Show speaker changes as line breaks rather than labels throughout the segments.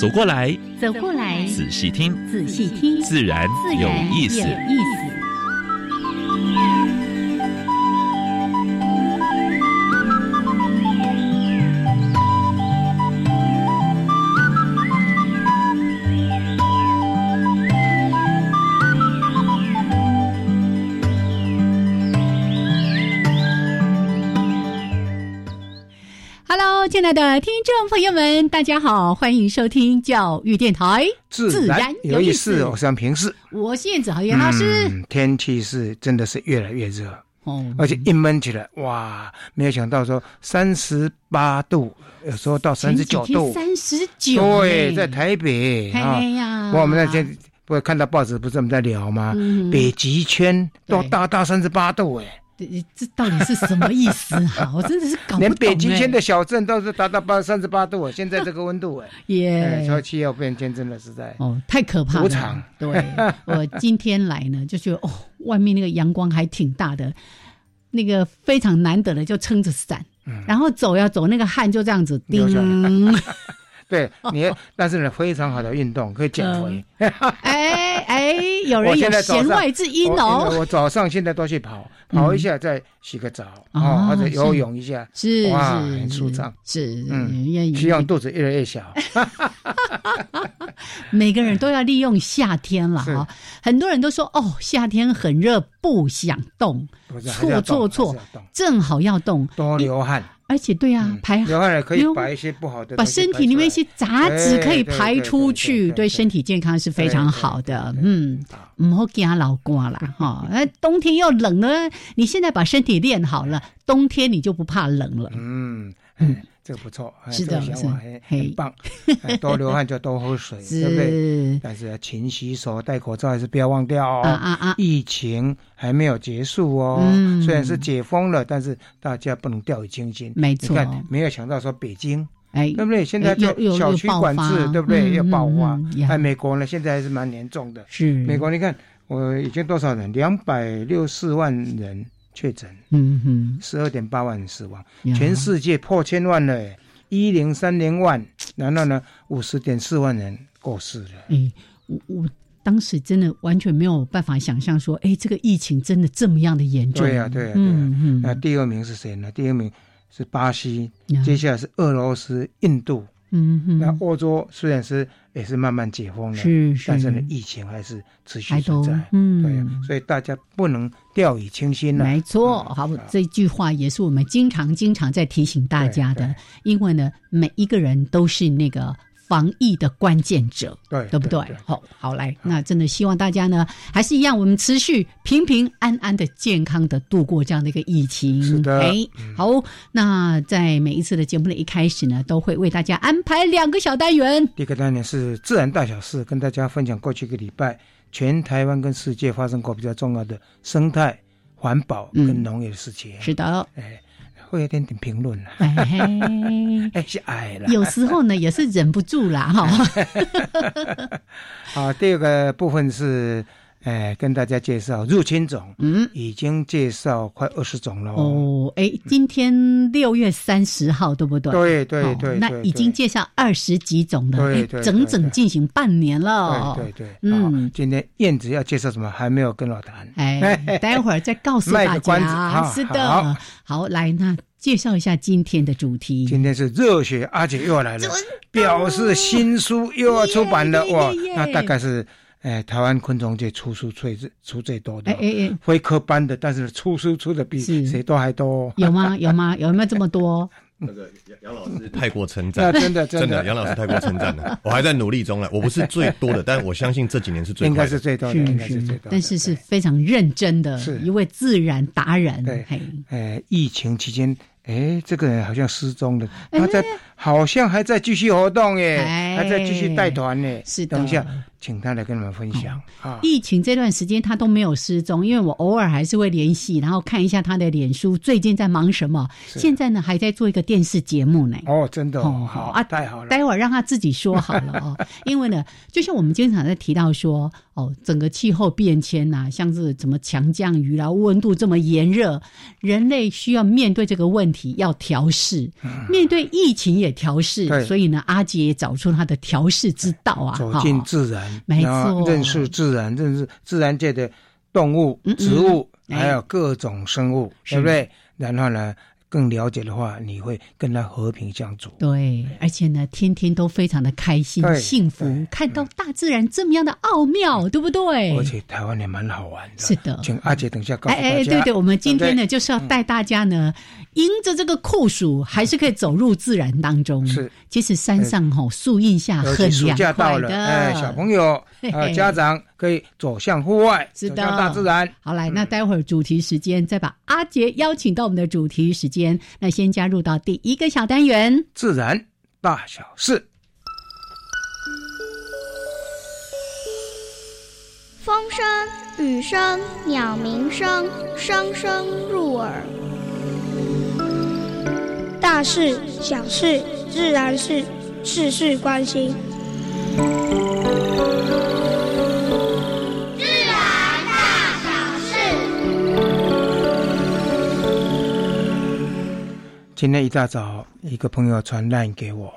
走过来，
走过来，
仔细听，
仔细听，
自然
自然
有意
有
思。
意思。Hello，亲爱的听众朋友们，大家好，欢迎收听教育电台，
自然有意思，我是安平视。
我是燕子和袁老师。
嗯，天气是真的是越来越热，
哦，
而且一闷起来，哇，没有想到说三十八度，有时候到三十九度，
三十九，
对，在台北啊
哎，呀，
不过我们那天不是看到报纸，不是我们在聊吗？
啊嗯
北极圈都
对
达到三十八度哎，
这这到底是什么意思 啊？我真的是搞不懂、欸。
连北极圈的小镇都是达到八三十八度哎，现在这个温度 哎，哎
耶
所以气候变迁真的是在
哦，太可怕了。
无常
对，我今天来呢，就觉得哦，外面那个阳光还挺大的，那个非常难得的，就撑着伞，然后走呀走，那个汗就这样子
嗯流下来
叮，
对
哦
你，但是呢非常好的运动可以减
嗯
肥。
哎哎，有人
我
有
现在早
弦
上
外之音
我因为
哦，
我早上现在都去跑，跑一下再洗个澡
嗯哦
啊，或者
是
游泳一下，
是
哇
是
很
是
舒畅，
是，
嗯
因为
希望肚子越来越小。
哎每个人都要利用夏天了
是
哈。很多人都说哦，夏天很热，不想动，
不是还是
错
要
错
动
错
还是要动，
正好要动，
多流汗，
而且对啊，
嗯
排
流汗了可以
流
把一些不好的
把
东西
身体里面一些杂质可以
对对
排
对
出
对对
去，
对
对
对
身体健康是非常好的。嗯，
排出来啊
唔好惊老瓜啦 哈。那冬天又冷了，你现在把身体练好了，冬天你就不怕冷了。
嗯，哎这个不错，哎
是
这个
的
想
是
法很
嘿
很棒， 哎多流汗就多喝水，对不对？
是
但是要勤洗手、戴口罩还是不要忘掉
啊
哦。
啊啊！
疫情还没有结束哦，
嗯
虽然是解封了，但是大家不能掉以轻心。
没
你
错，
看，没有想到说北京，
哎，
对不对？现在就
有有
小区管
有爆
制
发，
对不对？
嗯
要爆发
嗯嗯呀。嗯
哎，美国呢，现在还是蛮严重的。
是
美，国，你看，我已经多少人？两百六四万人确诊，
嗯哼，
十二点八万人死亡，
呀
全世界破千万了，一零三零万，然后呢，五十点四万人过世了。
哎，我我当时真的完全没有办法想象说，哎，这个疫情真的这么样的严重。
对呀，对呀，对呀。
嗯
那
嗯，
第二名是谁呢？第二名是巴西，
呀
接下来是俄罗斯、印度。
嗯
那
嗯，
欧洲虽然是也是慢慢解封了，
是是，
但是呢，疫情还是持续
还
存
都
在。
嗯，
对呀、所以大家不能掉以轻心呐、
没错，
嗯
好
啊，
这句话也是我们经常经常在提醒大家
对
的
对，
因为呢，每一个人都是那个防疫的关键者，
对
对不对？好，好来，那真的希望大家呢，还是一样，我们持续平平安安的、健康的度过这样的一个疫情。
是的嗯
哎，好，那在每一次的节目的一开始呢，都会为大家安排两个小单元。
第一个单元是自然大小事，跟大家分享过去一个礼拜全台湾跟世界发生过比较重要的生态、环保
嗯
跟农业的事情。
是的，
哎，会有点点评论啦、。
哎嘿
哎，是矮了。
嗯有时候呢，也是忍不住啦， 哈，
啊，第二个部分是，哎，跟大家介绍入侵种，
嗯，
已经介绍快二十种了。，
哦，哎，今天六月三十号，对不哦对？
对对
好
对对，
那
对
已经介绍二十几种了，
对
哎
对
整整进行半年了。
哎对对
哦
对，
嗯
嗯，今天燕子要介绍什么还没有跟我谈，
哎，待会儿再告诉
卖
大
个关子
家。
哈
是的，
好
好来，那介绍一下今天的主题。
今天是热血阿姐又要来了，表示新书又要出版了
耶
哇
耶耶！
那大概是，哎，台湾昆虫界出书最出最多
哎
的，
哎哎，
非科班的，但是出书出的比
是
谁都还多。
有 吗？有吗？有没有这么多？
那个杨杨老师太过称
那
赞，
真的
真
真
的
的
杨老师太过称赞 了。我还在努力中了，我不是最多的，但我相信这几年是最
应
快
该
的。
是最多的，应
是
该是最多的。
但是是非常认真的
是
一位自然达人。
对
嘿，
哎呃，疫情期间哎，这个人好像失踪了，他在好像还在继续活动耶，
哎
还在继续带团呢。
是的
等一下，请他来跟我们分享啊。
疫情这段时间他都没有失踪，因为我偶尔还是会联系，然后看一下他的脸书最近在忙什么。现在呢还在做一个电视节目呢。
哦，真的哦
哦
好
啊
太好了。
待会儿让他自己说好了 哦，因为呢，就像我们经常在提到说，哦，整个气候变迁呐、像是怎么强降雨啦、温度这么炎热，人类需要面对这个问题，要调试，面对疫情也调
嗯对
试，所以呢，阿杰也找出他的调试之道啊，
走
哈
进自然，
没
然后
错
认识自然，认识自然界的动物、
嗯嗯
植物，
哎
还有各种生物，
是
对不对？然后呢，更了解的话，你会跟它和平相处。
对，而且呢，天天都非常的开心
对、
幸
对
福，看到大自然这么样的奥妙，对不对？
而且台湾也蛮好玩的。
是的
请阿姐等一下告
哎
诉大家。
哎，对对，我们今天呢，
对嗯
就是要带大家呢，迎着这个酷暑，还是可以走入自然当中。
是，
其实山上吼树荫下啊
不对，
很
尤其呃暑
凉
假到
快
了，
的。
哎，小朋友
嘿
呃
嘿
家长可以走向户外，
是
走
的
向大自然。
好，来，那待会儿主题时间再把阿杰邀请到我们的主题时间。那先加入到第一个小单元，
自然大小事，
风声、雨声、鸟鸣声，声声入耳。大事、小事、自然是事事关心。
今天一大早，一个朋友传烂给我，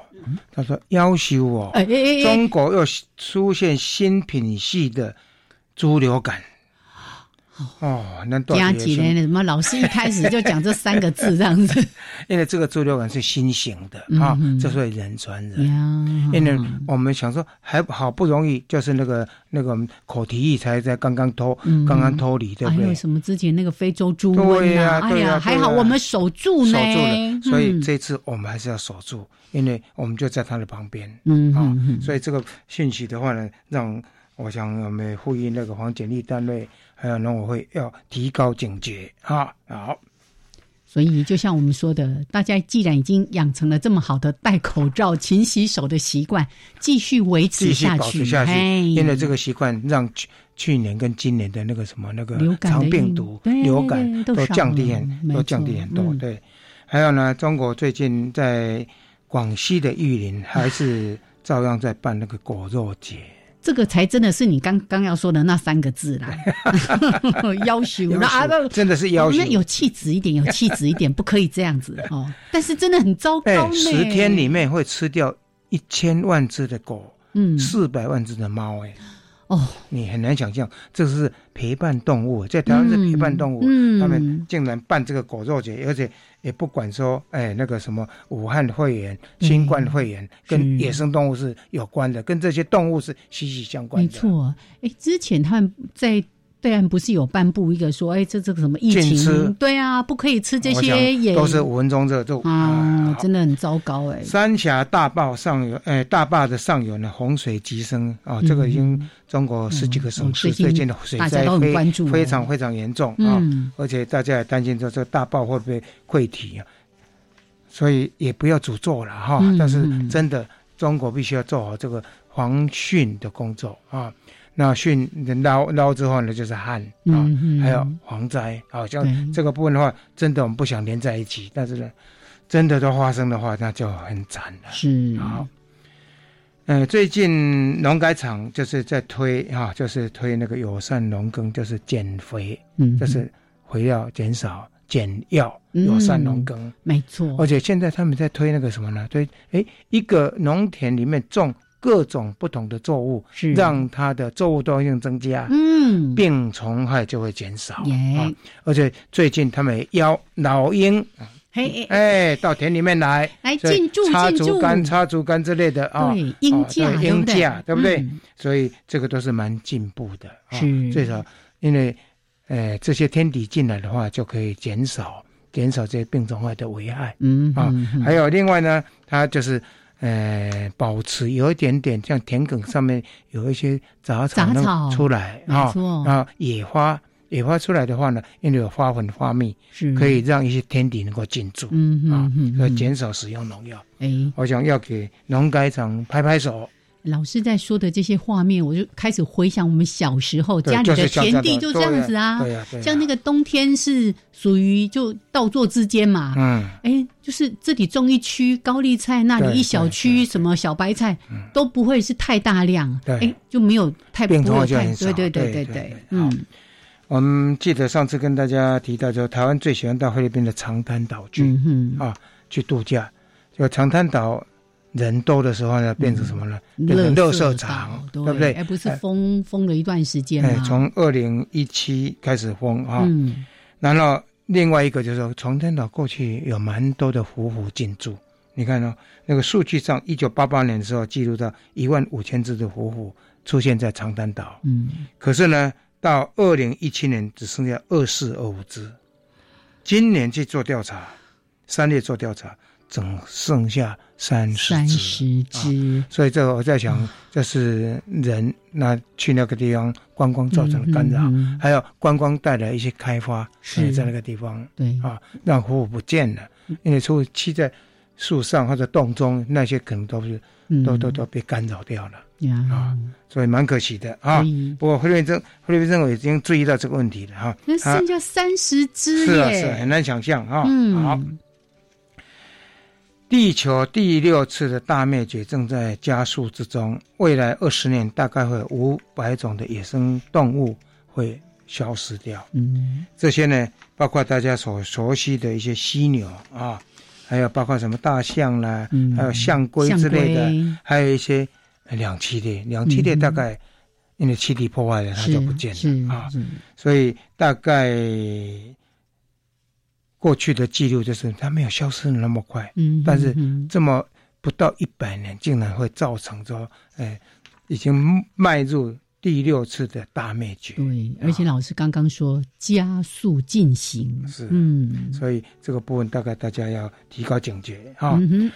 他说要求我，
嗯哎哎哎哎，
哦中国又出现新品系的猪流感。哦，那到
阿
底
杰
也是
呢？怎么老师一开始就讲这三个字这 样子
因为这个猪流感是新型的
嗯
啊，这所以人传人。
呀？嗯
因为我们想说，还好不容易就是那个那个口蹄疫才才刚刚脱，
嗯
刚刚脱离，对不
还有
对？
什么之前那个非洲猪
对
瘟
呀
啊？哎
对呀对呀
呀，还好我们守住
守住
呢
了，，所以
嗯
这次我们还是要守住，因为我们就在他的旁边
嗯
啊
嗯。嗯。
所以这个讯息的话呢，让我想我们呼吁那个黄检力单位还有农委会要提高警觉啊。好，
所以，就像我们说的，大家既然已经养成了这么好的戴口罩、勤洗手的习惯，继续维
继
持
续
下
保持
去，
下去，
嘿
因为这个习惯让去去年跟今年的那个什么那个
流感的
长病
疫
毒、
对
流感
都
都
少
降低
了
很
没
都降低
错
很多。
嗯
对，还有呢，中国最近在广西的玉林还是照样在办那个果肉节，
这个才真的是你刚刚要说的那三个字 啦，要求那啊，
要求真的是要求
那。有气质一点，有气质一点，不可以这样子 哦。但是真的很糟
哎
糕，呢，
十天里面会吃掉一千万只的狗，
嗯
四百万只的猫，哎，
哦，
你很难想象，这是陪伴动物，在台湾是陪伴动物，
嗯嗯
他们竟然办这个狗肉节，而且也不管说，哎，那个什么武汉肺炎、新冠肺炎跟野生动物是有关的，跟这些动物是息息相关
没
的。，
错，哎，之前他们在对岸不是有颁布一个说，哎，这这个什么疫
禁吃
情，对啊，不可以吃这
我想
些也
都是五分钟热度
啊，
好
真的很糟糕哎、
三峡大坝上游，哎，大坝的上游呢，洪水急升啊、这个已经中国十几个省
嗯
市
嗯嗯最
最
近
近的水
大
灾
家都很
非
关注哦
非常非常严重啊、
嗯
而且大家也担心说这个大坝会不会溃堤啊，所以也不要诅咒了哈、
嗯
但是
嗯
真的，中国必须要做好这个防汛的工作啊。那汛捞捞之后呢，就是旱啊、
嗯嗯
还有蝗灾，好像
对
这个部分的话，真的我们不想连在一起，但是呢，真的都发生的话，那就很惨了。
是
好，呃，最近农改场就是在推哈、啊，就是推那个友善农耕，就是减肥，
嗯，
就是肥料减少、减药、
嗯
友善农耕。
没错
而，且现在他们在推那个什么呢？推哎，一个农田里面种各种不同的作物，
是
让它的作物多样性增加。
嗯，
病虫害就会减少
耶
啊！而且最近他们也邀老鹰
嘿哎，
哎到田里面来，
来
所以
进驻
插
进
竹
驻
竿、插竹竿之类的啊，
对鹰架
啊对
对不
鹰
对
架对不对
嗯？
所以这个都是蛮进步的啊
是，
最少因为呃这些天敌进来的话，就可以减少减少这些病虫害的危害
嗯
啊
嗯。嗯
还有另外呢，它就是。呃，保持有一点点像田埂上面有一些杂草
杂
能
草
出来
没
啊，
错
然后野花野花出来的话呢，因为有花粉花蜜，
是
可以让一些天敌能够进驻，
嗯哼
啊
嗯，
要
哼
减少使用农药。
哎、
我想要给农改场拍拍手，
老师在说的这些画面，我就开始回想我们小时候
对
家里
就是
的
像
田地就这样子啊，
对呀，对呀
像那，个冬天是属于就稻作之间嘛，
嗯，
哎、就是这里种一区高丽菜，那
对
里一小
对
区
对嗯
什么小白菜，都不会是太大量，
对
哎、就没有太不
病虫害
会
就
太
很少
对对
对
对
对对
对，
好
嗯
我们记得上次跟大家提到，就台湾最喜欢到菲律宾的长滩岛去、
嗯哼，
啊去度假，就长滩岛。人多的时候呢，变成什么呢？变成
嗯垃
垃
圾场
圾场，
对
不对？
哎、不是封、封了一段时间
哎，
吗？
从二零一七开始封啊，
嗯
然后另外一个就是说，长滩岛过去有蛮多的虎虎进驻。你看哦，那个数据上，一九八八年的时候记录到一万五千只的虎虎出现在长滩岛，
嗯，
可是呢，到二零一七年只剩下二四二五只。今年去做调查，三月做调查，总剩下三十
三
只。啊
十啊只，
所以这个我在想，这是人那去那个地方观光造成的干扰，
嗯嗯嗯
还有观光带来一些开发，
是
哎在那个地方
对，
啊，让虎虎不见了，因为除栖在树上或者洞中，那些可能都是
嗯
都都都被干扰掉了，
呀
啊所以蛮可惜的啊
所。以
不过菲律宾政菲律宾政府已经注意到这个问题了哈，
那
他
剩下三十只
是啊
耶
是啊很难想象啊。
嗯，
好，地球第六次的大灭绝正在加速之中，未来二十年大概会有五百种的野生动物会消失掉。
嗯，
这些呢，包括大家所熟悉的一些犀牛啊，还有包括什么大象啦，
嗯
还有象龟之类的，
象
还有一些呃两栖类，两栖类
嗯
大概因为栖地破坏了，它
是
就不见
是
了啊。
是
所以大概过去的记录就是它没有消失得那么快。
嗯，
但是
嗯
这么不到一百年，竟然会造成说，哎，已经迈入第六次的大灭绝。
对，而且老师刚刚说加速进行，
是
嗯，
所以啊这个部分大概大家要提高警觉哈、
嗯哼，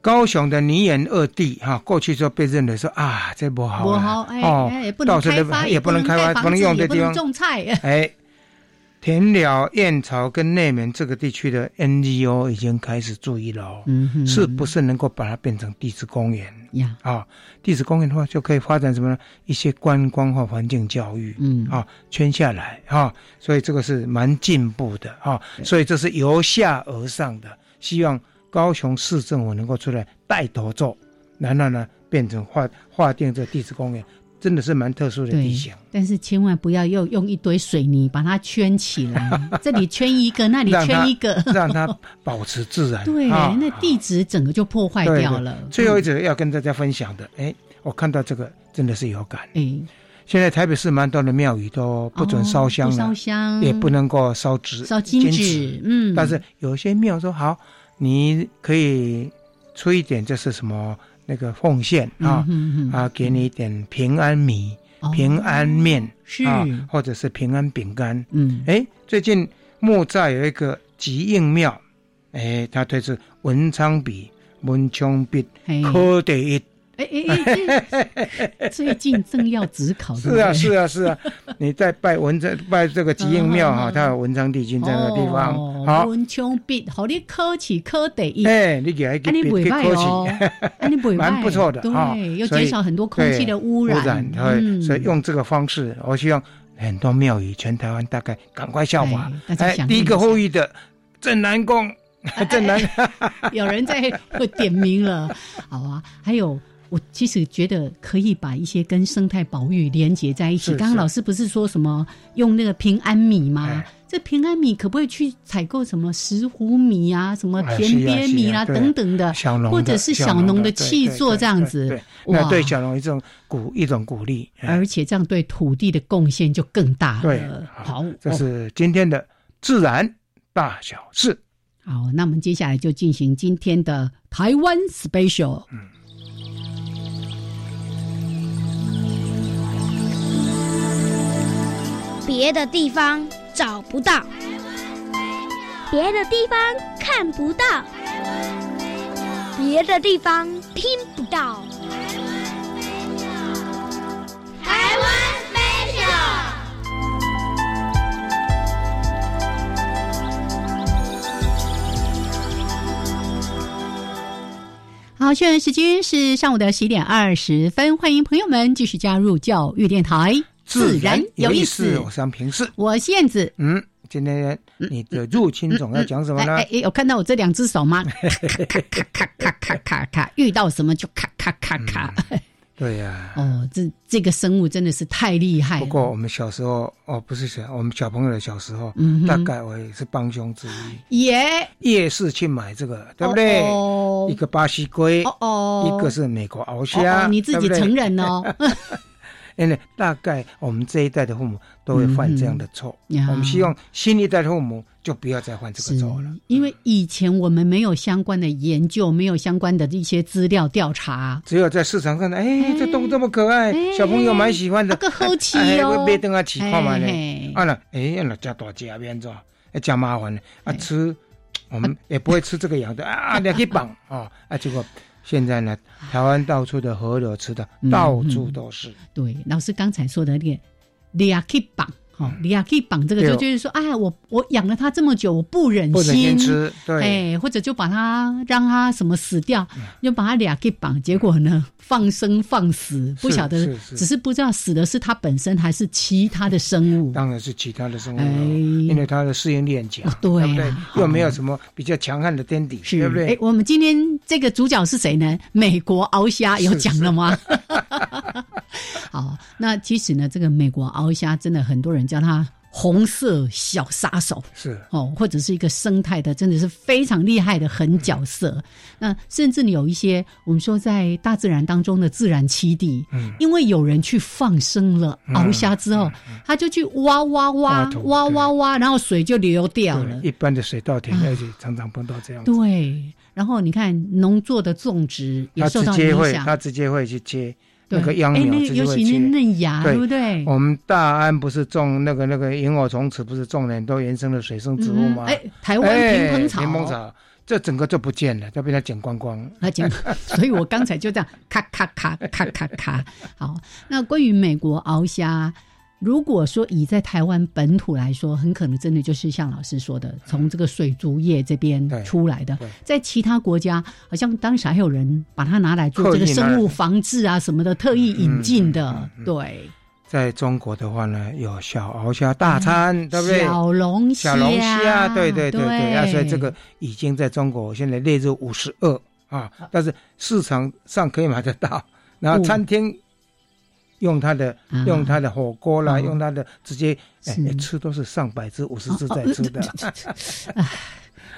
高雄的泥岩二地哈、过去就被认为说啊，这不好
我
啦
好，哎
哦
哎，不
到
能
处
开
都
发，
也
不
能开发，
盖
不
房
能
子
用
也
的
不
地
能
方，
种菜，
哎，田寮、燕巢跟内门这个地区的 NGO 已经开始注意了哦、
嗯哼，
是不是能够把它变成地质公园？
呀？
啊、地质公园的话，就可以发展什么呢？一些观光和环境教育，
嗯
啊、圈下来啊、所以这个是蛮进步的啊、所以这是由下而上的，希望高雄市政府能够出来带头做，然后呢，变成划划定这地质公园，真的是蛮特殊的
对
地形。，
但是千万不要又用一堆水泥把它圈起来， 这里圈一个，那里
让它
圈一个，
让它保持自然。
对，
啊
那地质整个就破坏
对
掉
对
了。
最后一则要跟大家分享的，哎，我看到这个真的是有感。
哎，
现在台北市蛮多的庙宇都不准烧香
哦不
了，
烧香
也不能够烧纸、
烧金纸，嗯，
但是有些庙说好，你可以出一点，就是什么那个奉献啊、
嗯
啊，给你一点平安米、
哦
平安面
是
啊，或者是平安饼干。
嗯
哎，最近木栅有一个吉应庙，哎，它推出文昌笔、文昌笔
嘿
科第一。
哎哎哎 哎，最近正要只考，
是啊，是
啊，
啊，是啊，你在拜文昌拜这个吉应庙哈，
嗯
它有文昌帝君在那个地方。
好，
好，
哦文昌笔，好你考起科第一，啊
哎，你给它一个
你
别
袂
去
歹
考哎试
哦，啊你袂歹，
蛮不错的啊
对，又
所以
减少很多空气
对
的污
染，
染，
对，
嗯
所以用这个方式，我希望很多庙宇，全台湾大概赶快效法。
对大家
哎
响，应
第一
一
个
下
呼吁的镇 南宫，镇南
有人在点名了，好啊，还有。我其实觉得可以把一些跟生态保育连接在一起。
是
刚刚
是
老师不是说什么用那个平安米吗
哎？
这平安米可不可以去采购什么石斛米啊、什么
哎
田
是啊
边
是啊
米啊
对
等等的，
小农的，
或者是小
农
农的气作这样子
对，对
哇
那对小农一种鼓一种鼓励。哎
而且这样对土地的贡献就更大
对
了。，
好
好，，
这
哦
是今天的自然大小事。
好，那我们接下来就进行今天的台湾 special。
别的地方找不到，别的地方看不到，别的地方听不到。台湾 special。
好，现在时间是上午的十一点二十分，欢迎朋友们继续加入教育电台，
我是杨平视。
我是燕子。
嗯，今天你的入侵总要讲什么呢？
嗯哎哎，有看到我这两只手 吗？咔咔咔咔咔咔咔咔，遇到什么就咔咔咔咔。
对呀、
哦，这这个生物真的是太厉害了。
嗯不过我们小时候，哦，不是小，我们小朋友的小时候，
嗯哼
大概我也是帮凶之一。
耶，
夜市去买这个，对不对？
哦
一个巴西龟，
哦哦，
一个是美国鳌
哦
虾、
哦你自己
对不对
承认 哦。
因为大概我们这一代的父母都会犯这样的错，
嗯呀
我们希望新一代的父母就不要再犯这
是
个错了。
嗯因为以前我们没有相关的研究，没有相关的一些资料调查。
只有在市场上，哎，这动物这么可爱，
哎
小朋友蛮喜欢的，
啊还好奇
哎哎
哦
我买等下吃看嘛
嘿嘿
呢。啊那，哎，那加大只变做，哎，加麻烦呢。啊，吃我
啊
们也不会吃这个羊 的啊，你去绑啊啊，结果现在呢，台湾到处的河流吃的
嗯
到处都是，
对，老师刚才说的那个你也可以绑，哈、哦，你也可以绑这个，
嗯对
就
哦
就是说，哎，我我养了它这么久，我不忍心，
不能先吃，对，嗯
哎，或者就把它让它什么死掉，就把它俩给绑，结果呢放生放死，不
是
晓得，
是是
只是不知道死的是它本身还是其他的生物。
当然是其他的生物了，
哎
因为它的适应力很强
哦，对啊
不对？
好
又没有什么比较强悍的天敌，
是
对不
哎
对，？
我们今天这个主角是谁呢？美国鳌虾有讲了吗？ 好，那其实呢，这个美国鳌虾真的很多人叫它红色小杀手。
是
哦，或者是一个生态的，真的是非常厉害的狠角
嗯
色。那甚至你有一些我们说在大自然当中的自然栖地，
嗯
因为有人去放生了鳌虾之后，他就去挖挖挖
挖土
挖挖挖，然后水就流掉
对
了。
一般的水稻田
啊，
而且常常碰到这样子。
对，然后你看农作的种植也
他
受
直
到
接会，
影响
他。直接会去切
对
那个秧
哎
苗，
那
直接
尤
会
其那
切。
嫩芽，
对哦
对不对？
我们大安不是种那个那个萤火虫子，不是种了很多原生的水生植物
嗯
吗？
哎，台湾
哎
平蓬草，
平蓬草，这整个就不见了，都被他剪光光了。
那啊结果， 所以我刚才就这样咔咔咔咔咔咔。好，那关于美国鳌虾，如果说以在台湾本土来说，很可能真的就是像老师说的，从这个水族业这边
对
出来的
对。
在其他国家，好像当时还有人把它拿来做这个
刻意拿来嗯
生物防治啊什么的，特意引进的。对，
在中国的话呢，有小鳌虾大餐，对不对？
小龙虾，
小龙虾，啊对对对
对
对，啊，所以这个已经在中国现在列入五十二啊，但是市场上可以买得到， 然后餐厅用它的、
哦啊
用它的火锅啦，
哦
用它的直接、哎
是
吃都是上百只、五十
哦
只
哦
在吃的，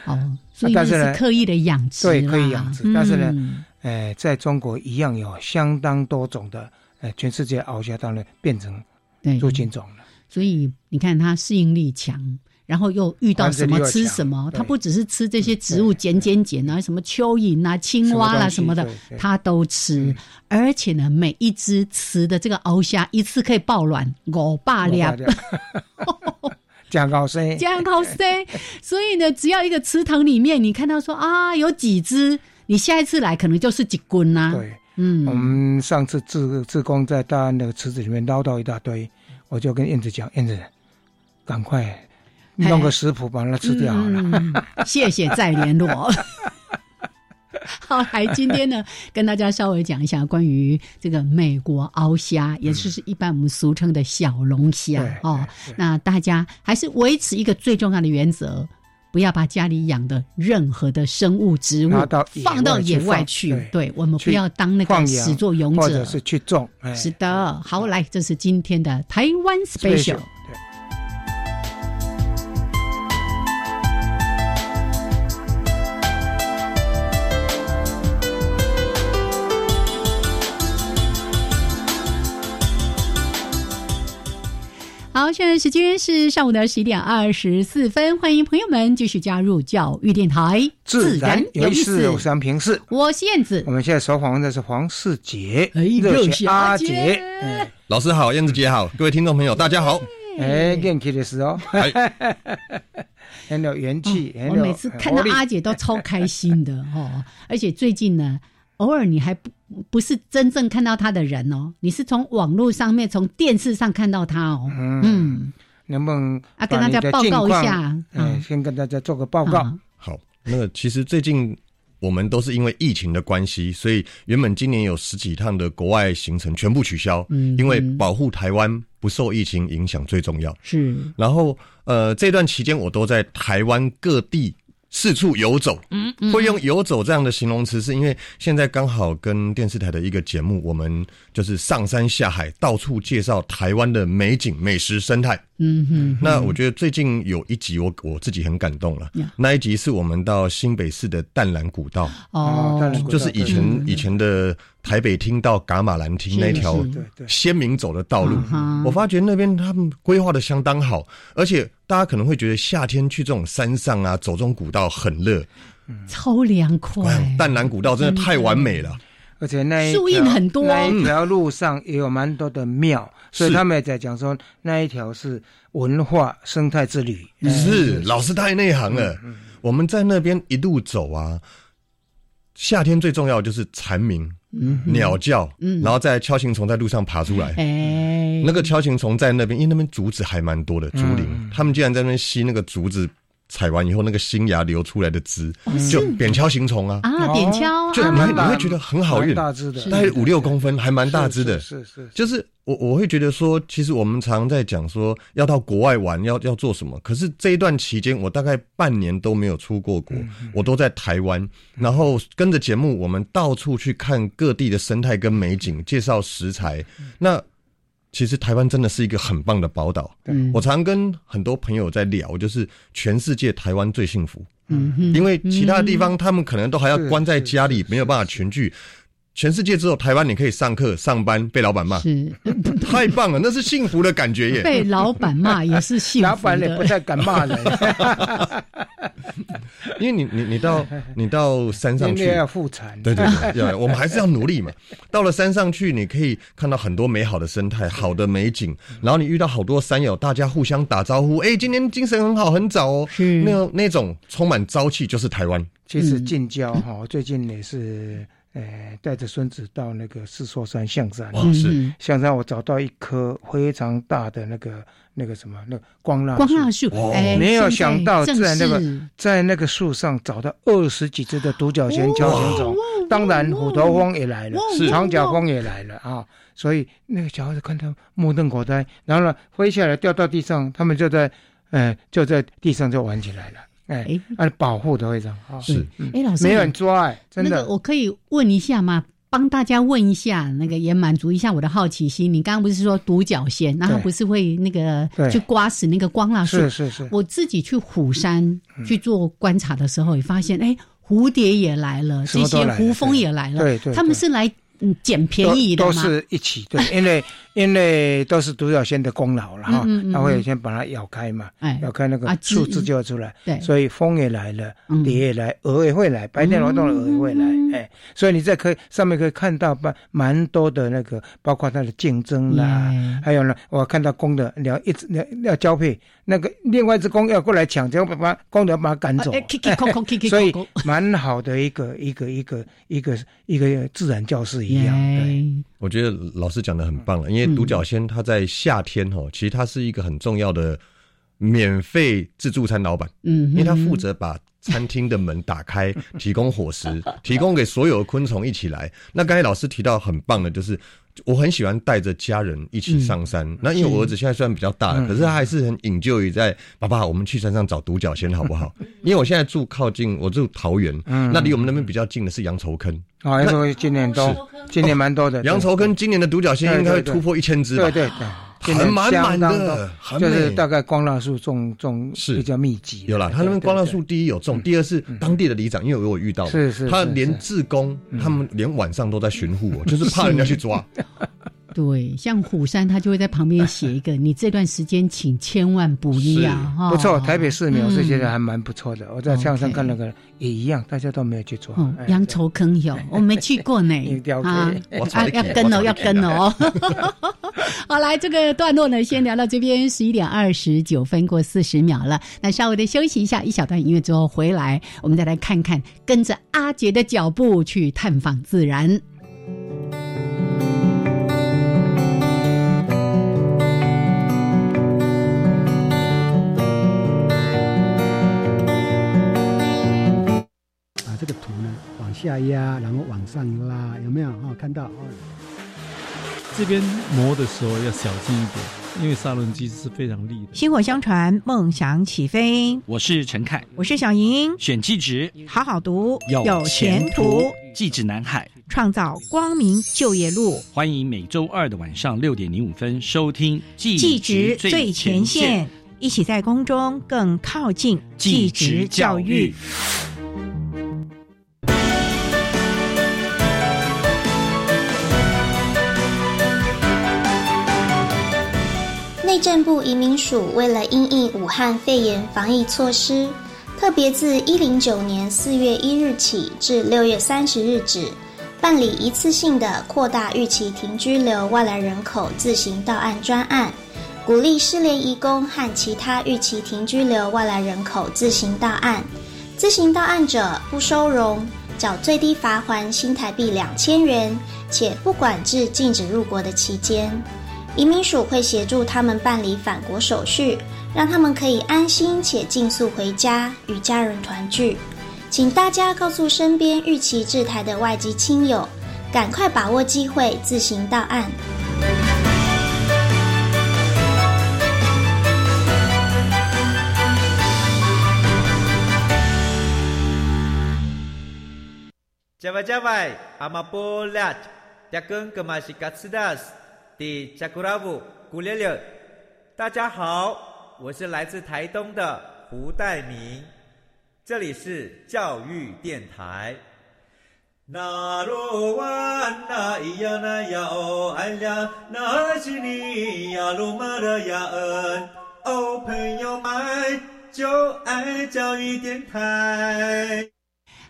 哦，所以那
啊但是
是
呢
刻意的养殖啦，
对刻意养殖但是呢
嗯
哎，在中国一样有相当多种的，哎，全世界鳌虾当然变成
对
入侵种了，
所以你看它适应力强，然后又遇到什么吃什么
繁殖力又，强嗯
它不只是吃这些植物捡捡捡啊，什么蚯蚓啊、青蛙啦、
东西
什么的
对，对嗯
它都吃。而且呢，每一只雌的这个鳌虾一次可以抱卵五百粒，啊
我发 觉加高升
这，样好塞。所以呢，只要一个池塘里面，你看到说啊有几只，你下一次来可能就是几棍啦、
对。我
嗯，
们上次自自工在大安那个池子里面捞到一大堆，我就跟燕子讲，燕子，赶快弄个食谱把它吃掉好了。
嗯，谢谢再联 络。好，来，今天呢，跟大家稍微讲一下关于这个美国鳌虾，也就是一般我们俗称的小龙虾
对
哦。那大家还是维持一个最重要的原则，不要把家里养的任何的生物、植物
拿到野外
放到野
去
外
放
去。
对
对，我们不
去
要当那个
放羊
始作俑
或
者
者。是去种，哎，
是的，好，来，这是今天的台湾 special。
对。
好，现在时间是上午的十一点二十四分，欢迎朋友们继续加入教育电台，
自然有意思，有
思
三平视。
我是燕子
我，们现在所访问的是黄世杰，
哎
热
热血
血
阿
阿
杰
杰，哎
老师好，燕子姐好，各位听众朋友大家好。哎
哎，元气的是哦， 很有元气，很
哦我
有
每次
很
看到
活力
阿姐都超开 心的哦，而且最近呢，偶尔你还不不是真正看到她的人哦，你是从网络上面、从电视上看到她哦，
嗯，
嗯，
能不能
啊跟
把你
大家
的
报
近
告一
况
下
哎
嗯
先跟大家做个报告。
啊
好，那个其实最近我们都是因为疫情的关系，所以原本今年有十几趟的国外行程全部取消，
嗯
因为
嗯
保护台湾不受疫情影响最重要。
是
然后呃，这段期间我都在台湾各地四处游走。嗯，会用“游走”这样的形容词，是因为现在刚好跟电视台的一个节目，我们就是上山下海，到处介绍台湾的美景、美食、生态。
嗯哼，
那我觉得最近有一集我我自己很感动了啊
Yeah，
那一集是我们到新北市的淡蓝古道，啊
哦当然
哦，
古道
就是以前
嗯
以前的台北厅到噶玛兰厅那条
是
对对，
先民走的道路
啊哈，
我发觉那边他们规划的相当好，而且大家可能会觉得夏天去这种山上啊，走这种古道很热，
超凉
哇
快，
淡蓝古道真的太完美了。
而且那一
树荫
条
很多
那一条路上也有蛮多的庙，所以
是
他们也在讲说那一条是文化生态之旅。
是，老师太内行了。我们在那边一路走啊，夏天最重要的就是蝉鸣、
嗯哼
鸟叫，
嗯
然后再锹形虫在路上爬出来。
哎，
那个锹形虫在那边，因为那边竹子还蛮多的，竹林，
嗯
他们竟然在那边吸那个竹子采完以后那个新芽流出来的汁，就扁锹形虫啊，
啊，点敲
就
还
你
蛮
会你
大
会觉得很好运
蛮，大只的，
大概五六公分，还蛮
是
大只的。
是是，是
就是我我会觉得说，其实我们常在讲说要到国外玩，要要做什么。可是这一段期间，我大概半年都没有出过国，
嗯
我都在台湾，然后跟着节目，我们到处去看各地的生态跟美景，介绍食材。
嗯
那其实台湾真的是一个很棒的宝岛。
嗯
我常跟很多朋友在聊，就是全世界台湾最幸福，
嗯哼，
因为其他地方他们可能都还要
嗯是
关在
是
家
是
里，
是
没有办法群聚。全世界只有台湾，你可以上课、上班，被老板
啊
骂，
是
太棒了，那是幸福的感觉耶。
被老板骂也是幸福的，
老板也不太敢骂 人，
因为你你你到你到山上
因
去
为，要复产。
对对对，要我们还是要努力嘛。到了山上去，你可以看到很多美好的生态、好的美景，然后你遇到好多山友，大家互相打招呼，哎、今天精神很好，很早哦。
是
那那种充满朝气，就是台湾。
其实近郊
嗯
哈，我最近也是呃带着孙子到那个四座山象山，
哇，是
嗯
象山我找到一棵非常大的那个那个什么那个光蜡
光
树
蜡树，
哦
哎，
啊没有想到
现在
在那个
正是
在那个树上找到二十几只的独角仙、
哦
锹形虫
哇哇，
当然虎头蜂也来了
哇，
是
长角蜂也来了啊！所以那个小孩子看他目瞪口呆，然后呢飞下来掉到地上，他们就在，呃，就在地上就玩起来了，哎
哎，
啊，保护的非常好，
是，
哎，老师
啊嗯没有人抓，哎，真
那
的
个，我可以问一下吗？帮大家问一下，那个也满足一下我的好奇心。你刚刚不是说独角仙，然后
对
不是会那个
对
去刮死那个光蜡树
是是是，
我自己去虎山去做观察的时候，也发现，哎，蝴蝶也来了，
什
这
么都
些
来了
胡蜂也来了，
对对对
他们是来嗯捡便宜的
都都
吗？
是一起， 对，因为因为都是独角仙的功劳了哈
嗯嗯嗯，
它会先把它咬开嘛，
哎，
咬开那个
啊汁
树枝就要出来，
对，
所以风也来了
哎嗯，
蝶也来，鹅也会来，白天劳动的鹅也会来，哎，所以你在可以上面可以看到蛮蛮多的那个，包括它的竞争啦，
耶
还有呢，我看到公的你要一直要要交配，那个另外一只公要过来抢，结果把公的要把它赶走
哎，，kiki koko kiki
所以
koko，
蛮好的一个一个一个一个一个自然教室一样，对，
耶，
我觉得老师讲的很棒了，因为独角
嗯
仙它在夏天哦，其实它是一个很重要的免费自助餐老板。
嗯，
因为他负责把餐厅的门打开，提供伙 食，提供给所有的昆虫一起来。那刚才老师提到很棒的，就是我很喜欢带着家人一起上山。
嗯
那因为我儿子现在虽然比较大了，可是他还是很引咎于在爸爸，我们去山上找独角仙好不好？
嗯
因为我现在住靠近，我住桃园，那离我们那边比较近的是羊稠坑。
好，那时候今年都今年蛮多的，
羊稠
跟
坑今年的独角仙应该会
对对对
突破一千只吧？
对对对。今年
啊很满满
相当多
的，很
就
美。
是大概光蜡树种种
是
比较密集的，
有啦，他那边
对嗯
光蜡。
对
树第一有种，第二是当地的里长，因为我有遇到嘛，
是是
他
是
连
是
志工
嗯
他们连晚上都在巡护 哦，就是怕人家去抓。
对，像虎山他就会在旁边写一 个，你这段时间请千万不要
是
哈，嗯
不错，台北市苗是觉得还蛮不错的。我在象上
OK
看那个也一样，大家都没有去抓
哦。
哎，
羊稠坑有，我没去过呢
一定要。去
啊
我，找
啊
你去
要跟
我找
哦，
你
要
去
跟哦。 好，来这个段落呢，先聊到这边，十一点二十九分过四十秒了。那稍微的休息一下，一小段音乐之后回来，我们再来看看跟着阿杰的脚步去探访自然。
啊，这个图呢，往下压，然后往上拉，有没有？哦，看到哦。
这边磨的时候要小心一点，因为砂轮机是非常利的。
薪火相传，梦想起飞。
我是陈凯，
我是小莹，
选技职
好好读，
有
前途，
技职南海，
创造光明就业路。
欢迎每周二的晚上六点零五分收听技
技职最前线，一起在宫中更靠近
技职教育。
内政部移民署为了因应武汉肺炎防疫措施，特别自一零九年四月一日起至六月三十日止，办理一次性的扩大预期停居留外来人口自行到案专案，鼓励失联移工和其他预期停居留外来人口自行到案。自行到案者不收容，缴最低罚还新台币两千元，且不管至禁止入国的期间。移民署会协助他们办理返国手续，让他们可以安心且尽速回家与家人团聚。请大家告诉身边预期制台的外籍亲友，赶快把握机会自行到案。
加外加外，阿玛波拉，扎根格玛西卡斯达斯。的加古拉布古列列，大家好，我是来自台东的胡代明，这里是教育电台。那罗哇那咿呀那呀哦哎呀，那是你呀鲁玛的呀恩哦，朋友们就爱教育电台。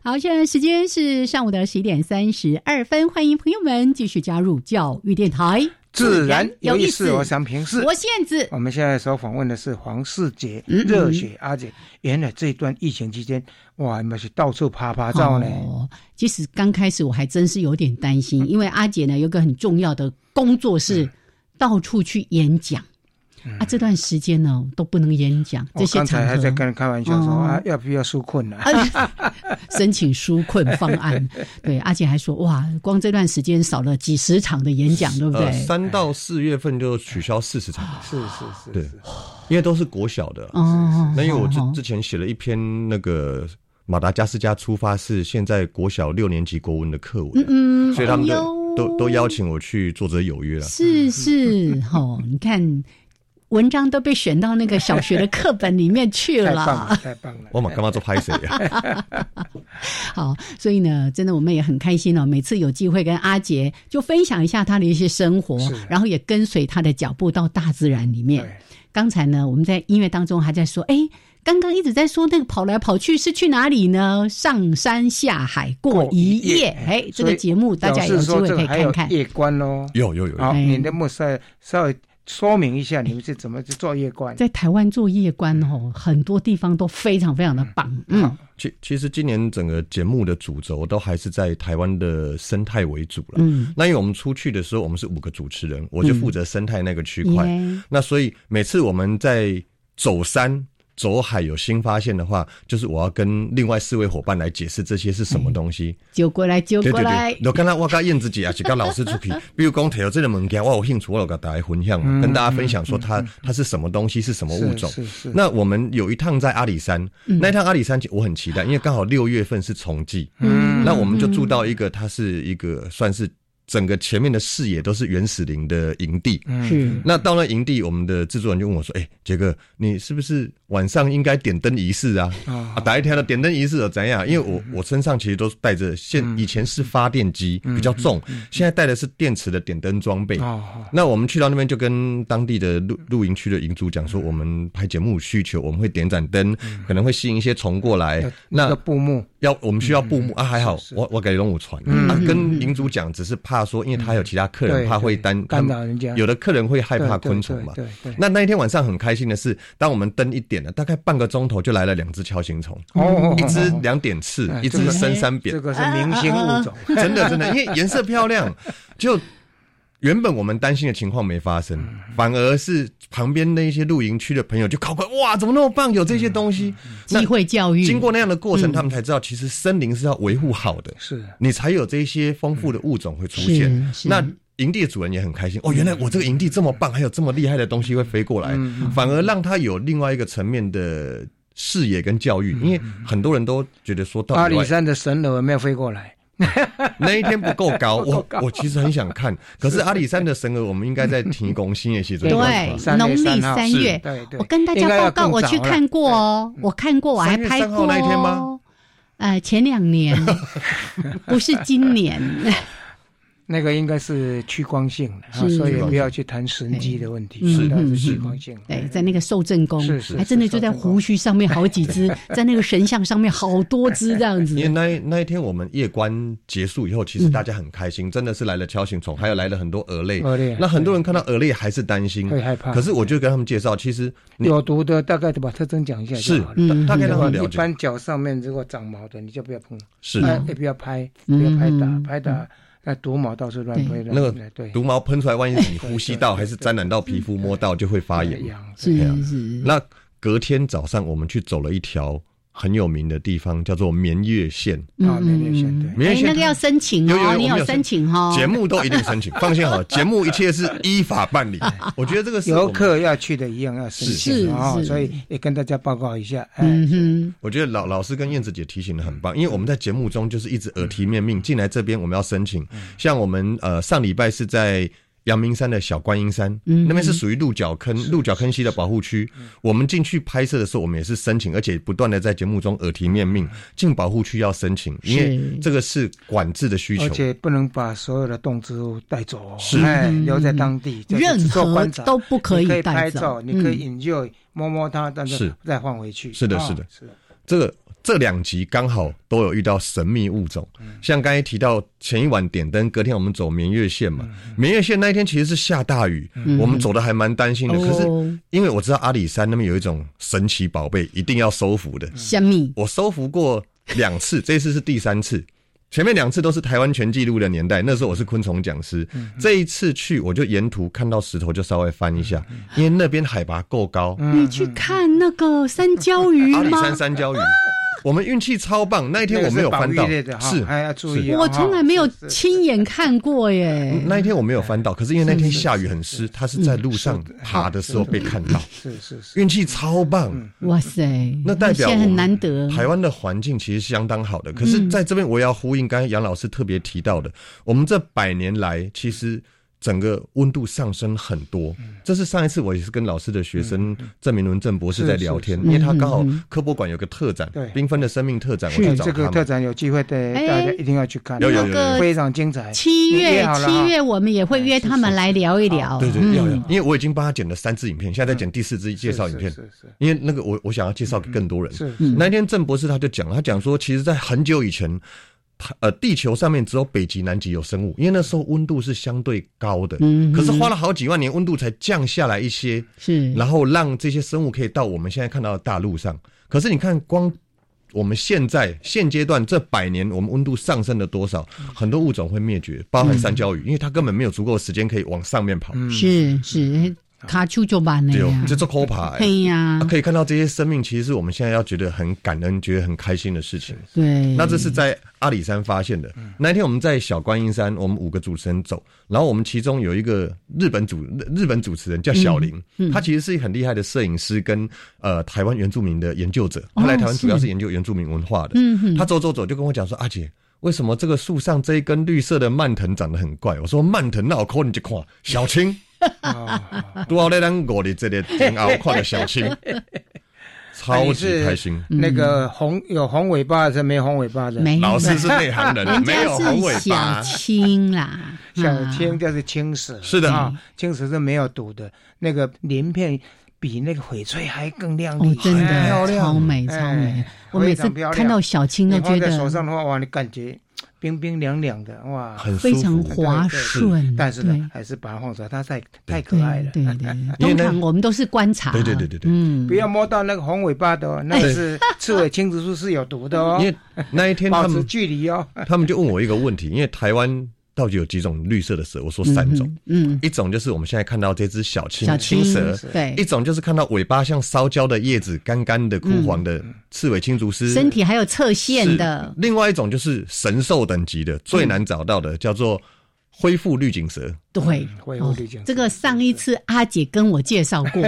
好，现在时间是上午的十一点三十二分，欢迎朋友们继续加入教育电台。
自然有意思，我想平视。
我限制
我们现在所访问的是黄世杰，
嗯嗯
热血阿姐。原来这一段疫情期间，哇，你们是到处拍拍照呢。
哦，其实刚开始我还真是有点担心，因为阿姐呢有个很重要的工作
嗯
是到处去演讲、啊，这段时间呢都不能演讲，这
我
些
嗯哦刚
场
才还在
合。
跟人开玩笑说、
哦
啊，要不要纾困啊？
申请纾困方 案，对，阿姐还说哇，光这段时间少了几十场的演讲，对不对？
呃，三到四月份就取消四十场，
是是是，
对
是
因为都是国小
呃
的。
哦，
那因为我之
好好
之前写了一篇那个马达加斯加出发是现在国小六年级国文的课文，
嗯嗯，
所以他们
哎
的
呦
都都邀请我去作者有
嗯
约了。啊
是是，吼、你看文章都被选到那个小学的课本里面去
太棒了，
了。
太棒了。
我嘛干嘛做拍谁啊 呀？
好，所以呢，真的我们也很开心哦。每次有机会跟阿杰就分享一下他的一些生活
是，
然后也跟随他的脚步到大自然里面。
对，
刚才呢，我们在音乐当中还在说，哎，刚刚一直在说那个跑来跑去是去哪里呢？上山下海过
过
一
哦一
夜
夜。
哎，这
所
个
以
节目大家有
表
机
示说
会
这
可以
个还有
看看。哎
夜观哦。
有有有有，
好，
对
你能不能稍稍微说明一下你们是怎么去做夜观？
在台湾做夜观哦，很多地方都非常非常的棒。嗯，
其其实今年整个节目的主轴都还是在台湾的生态为主了。
嗯，
那因为我们出去的时候，我们是五个主持人，我
嗯
就负责生态那个区块。
耶
那所以每次我们在走山、走海有新发现的话，就是我要跟另外四位伙伴来解释这些是什么东西。
嗯
揪过来，揪
对
过
对
来
对，。我刚才我跟燕子姐也是跟老 师出去，比如讲提到这个物件，我有兴趣，我有跟大家分享嘛，
嗯
跟大家分享说它、它是什么东西，是什么物种。
是是是，
那我们有一趟在阿里山，那一趟阿里山我很期待，因为刚好六月份是重季，
嗯
那我们就住到一个，它是一个算是整个前面的视野都是原始林的营地。
嗯
是
那到了营地，我们的制作人就问我说：“哎、杰哥，你是不是晚上应该点灯仪式啊？
啊
嗯
啊，打一条的点灯仪式有怎样？因为我
嗯
我身上其实都是带着现以前是发电机
嗯
比较重，现在带的是电池的点灯装备。
哦，
那我们去到那边就跟当地的露露营区的营主讲说，我们拍节目需求，我们会点盏灯，可能会吸引一些虫过来
嗯要。
那
那个布幕
要我们需要布幕、
嗯
啊，还好
是是
我我给龙武传，
嗯
啊
嗯
跟领主讲，只是怕说，因为他有其他客人，
对
怕会担
干扰人家
有的客人会害
对
怕
对
昆虫嘛。
对对，对
那那一天晚上很开心的是，当我们灯一点了，大概半个钟头就来了两只锹形虫，
哦，
一只
哦
两点刺，
哎
一
这
只
个
深三扁
啊
这，个是明星物种，
真的真的，因为颜色漂亮，就原本我们担心的情况没发生，
嗯
反而是旁边那一些露营区的朋友就考过，哇，怎么那么棒，有这些东西，
嗯
那
机会教育
经过那样的过程，
嗯
他们才知道其实森林是要维护好的，
是
你才有这些丰富的物种会出现。
是是
那营地的主人也很开心哦，原来我这个营地这么棒，还有这么厉害的东西会飞过来
嗯嗯，
反而让他有另外一个层面的视野跟教
嗯
育，因为很多人都觉得说到
阿
底
里
外
山的神鹅有没有飞过来？
那一天不够高，
不够
我
高
我其实很想看，可是阿里山的神鹅，我们应该在提供新的习准。
对，农历三月
对，对
我跟大
应
家
该要
报告，
更
我去
早了
看过哦，我看过，我还
3月
拍
3号
过
那一天吗
哦。呃，前两年 不是今年，
那个应该是趋光性的，啊
是
所以不要去谈神机的问题，
是
那
嗯
是
嗯
趋
嗯
光性。
对，在那个寿正宫
是，是
还真的就在胡须上面好几只， 在那个神像上面好多只这样子
因。为那一那一天我们夜观结束以后，其实大家很开心，真的是来了锹形虫，还有来了很多蛾类。
蛾类
那很多人看到蛾类还是担心，
会害怕
可是我就跟他们介绍，其实你
有毒的大概把特征讲一下
是
就好了。
大大概让他
嗯一
了解。
般脚上面如果长毛的，你就不要碰，
是
哎也不要拍，不
嗯
要拍打
嗯，
拍打那毒毛到处乱
对
飞乱
那个
来对
毒毛喷出来，万一是你呼吸到还是沾染到皮肤摸到，就会发
哎
炎。
是
对啊
是，
那隔天早上，我们去走了一条很有名的地方，叫做绵月线。
嗯
啊，没有线对。
绵
哎
月，线
那个要申请
有有
哦，
有
你
我们有
申请哦。
节目都一定 申请，放心好了，节目一切是依法办理。我觉得这个是我
游
们，
客要去的一样要申
是
请啊，
是
所以也跟大家报告一下。哎，
嗯哼，
我觉得老老师跟燕子姐提醒的很棒，因为我们在节目中就是一直耳提面命，进来这边我们要申请。
嗯
像我们呃上礼拜是在。阳明山的小观音山，
嗯
那边是属于鹿角坑、鹿角坑溪的保护区。我们进去拍摄的时候，我们也是申请，而且不断的在节目中耳提面命，进保护区要申请，因为
嗯是
这个是管制的需求
而。且不能把所有的动植物带走哦，
是
哎，
嗯
留在当地，这个
任
只做
何
观察
都不可
你可
以
以
带
拍
走
照，，你可以
嗯
引诱摸摸它，但是
是
再放回去。
是的
啊
是的
是的，
这个这两集刚好都有遇到神秘物种，像刚才提到前一晚点灯，隔天我们走绵月线嘛，绵月线那一天其实是下大雨，我们走的还蛮担心的。可
哦
是因为我知道阿里山那边有一种神奇宝贝，一定要收服的，
虾米？
我收服过两次， 这次是第三次。前面两次都是台湾全纪录的年代，那时候我是昆虫讲师。这一次去，我就沿途看到石头就稍微翻一下，因为那边海拔够高，
你去看那个三焦鱼
嗯阿里
吗？
山三焦鱼，我们运气超棒。那一天我没有翻
那个是保
到
育类的，哈
是
还要注意
是
啊。
我从来没有
哈是是
亲眼看过耶。
那一天我没有翻
哎
到，可是因为那天下雨很湿，他是在路上爬的时候被看到，
是是是，嗯
运气超棒。
哇塞，
那代
现
表我
在
们
很难得。
台湾的环境其实相当好的，
嗯
可是在这边我也要呼应刚才杨老师特别提到的，我们这百年来其实整个温度上升很多。
嗯
这是上一次我也是跟老师的学生郑明伦郑博士在聊天，
是
因为他刚好
嗯嗯
科博馆有个特展
对
《缤纷的生命》特展，我去
去
找
这个
他
特
们。
展有机会带
哎
大家一定要去看，
有有有
那个
非常精彩。
七
你
月
约好了
七
哈
月，我们也会约他们来聊一聊。
对对，
嗯
要要，因为我已经帮他剪了三支影片，现在在剪第四支介绍影片
嗯是，是
因为那个我我想要介绍给更多人。
是是
嗯
那一天郑博士他就讲了，他讲说，其实，在很久以前，他呃，地球上面只有北极、南极有生物，因为那时候温度是相对高的，
嗯
可是花了好几万年，温度才降下来一些，
是
然后让这些生物可以到我们现在看到的大陆上。可是你看，光我们现在现阶段这百年，我们温度上升了多少？很多物种会灭绝，包含三
嗯
焦鱼，因为它根本没有足够的时间可以往上面跑。
是是，卡丘就完了
对哦
呀，。
这做抠爬、欸。
对呀
啊，可以看到这些生命，其实是我们现在要觉得很感恩、觉得很开心的事情。
对。
那这是在阿里山发现的。那一天我们在小观音山，我们五个主持人走，然后我们其中有一个日本主日本主持人叫小林，他其实是一个很厉害的摄影师跟呃台湾原住民的研究者。他来台湾主要是研究原住民文化的。他走走走就跟我讲说：“阿姐。”为什么这个树上这一根绿色的蔓藤长得很怪？我说蔓藤那我抠你就看小青， 多好在咱五里这里前后看的小青，超级开心。
那个红有红尾巴的是没有红尾巴的，
嗯没有
老师是内行人，
哎人
没
家
有红尾
是小
巴。
青啦，
小
啊
青就是青蛇，
是的
啊，青蛇是没有毒的，那个鳞片比那个翡翠还更亮
哦
丽，，
真
哎
的
漂亮
超美
哎
超美。我
非
每次
常漂亮
看到小青都
你
觉
放在
得
手上的话，哇，你感觉冰冰凉凉的，哇，
很舒
非
服
常滑
对
顺，
但是
对
呢，还是把它放出来，它太太可爱了。
对对对，
因为
通
那
常我们都是观察，
对对对对对
嗯
不，要摸到那个红尾巴的哦，那个是刺尾青 竹树是有毒的哦
哎因，为那一天他
保持
们
距离哦。
他们就问我一个问题，因为台湾到底有几种绿色的蛇？我说三种，
嗯嗯
一种就是我们现在看到这只小青
小
青蛇
青，对
一种就是看到尾巴像烧焦的叶子、干干的、枯黄的刺尾青竹丝，
嗯身体还有侧线
是
的，
另外一种就是神兽等级的，最难找到的叫做恢复绿颈蛇。
对，哦
恢复绿颈
这个上一次阿姐跟我介绍过，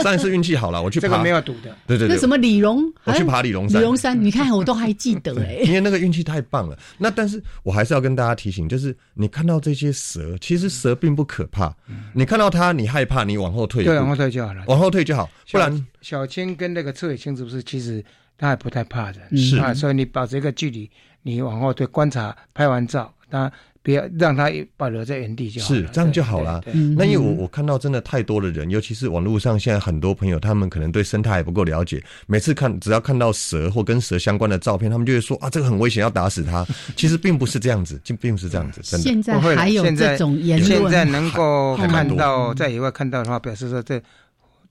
上一次运气好了，我去爬
这个没有赌的，
对对
那
对，
什么李荣，
我
好
去
像
爬李荣山
李荣 山，你看我都还记得
对，
哎，
因为那个运气太棒了。那但是我还是要跟大家提醒，就是你看到这些蛇，其实蛇并不可怕，你看到它你害怕，你往后退一步，
对，往后退就好了。
往后退就好，哦不然
小小青跟那个刺尾青是不是其实它还不太怕的？
是
啊，所以你保持一个距离，你往后退观察，拍完照，它不要让它保留在原地就好了。
是这样就好啦
对。嗯对
那因为我我看到真的太多的人，尤其是网络上现在很多朋友，他们可能对生态还不够了解，每次看只要看到蛇或跟蛇相关的照片，他们就会说啊这个很危险，要打死它。其实并不是这样子，并并不是这样子，真的。
现在
不会啦
还有
现在
这种言
现
论，
在能够
还还蛮
看
多
到在野外看到的话，表示说这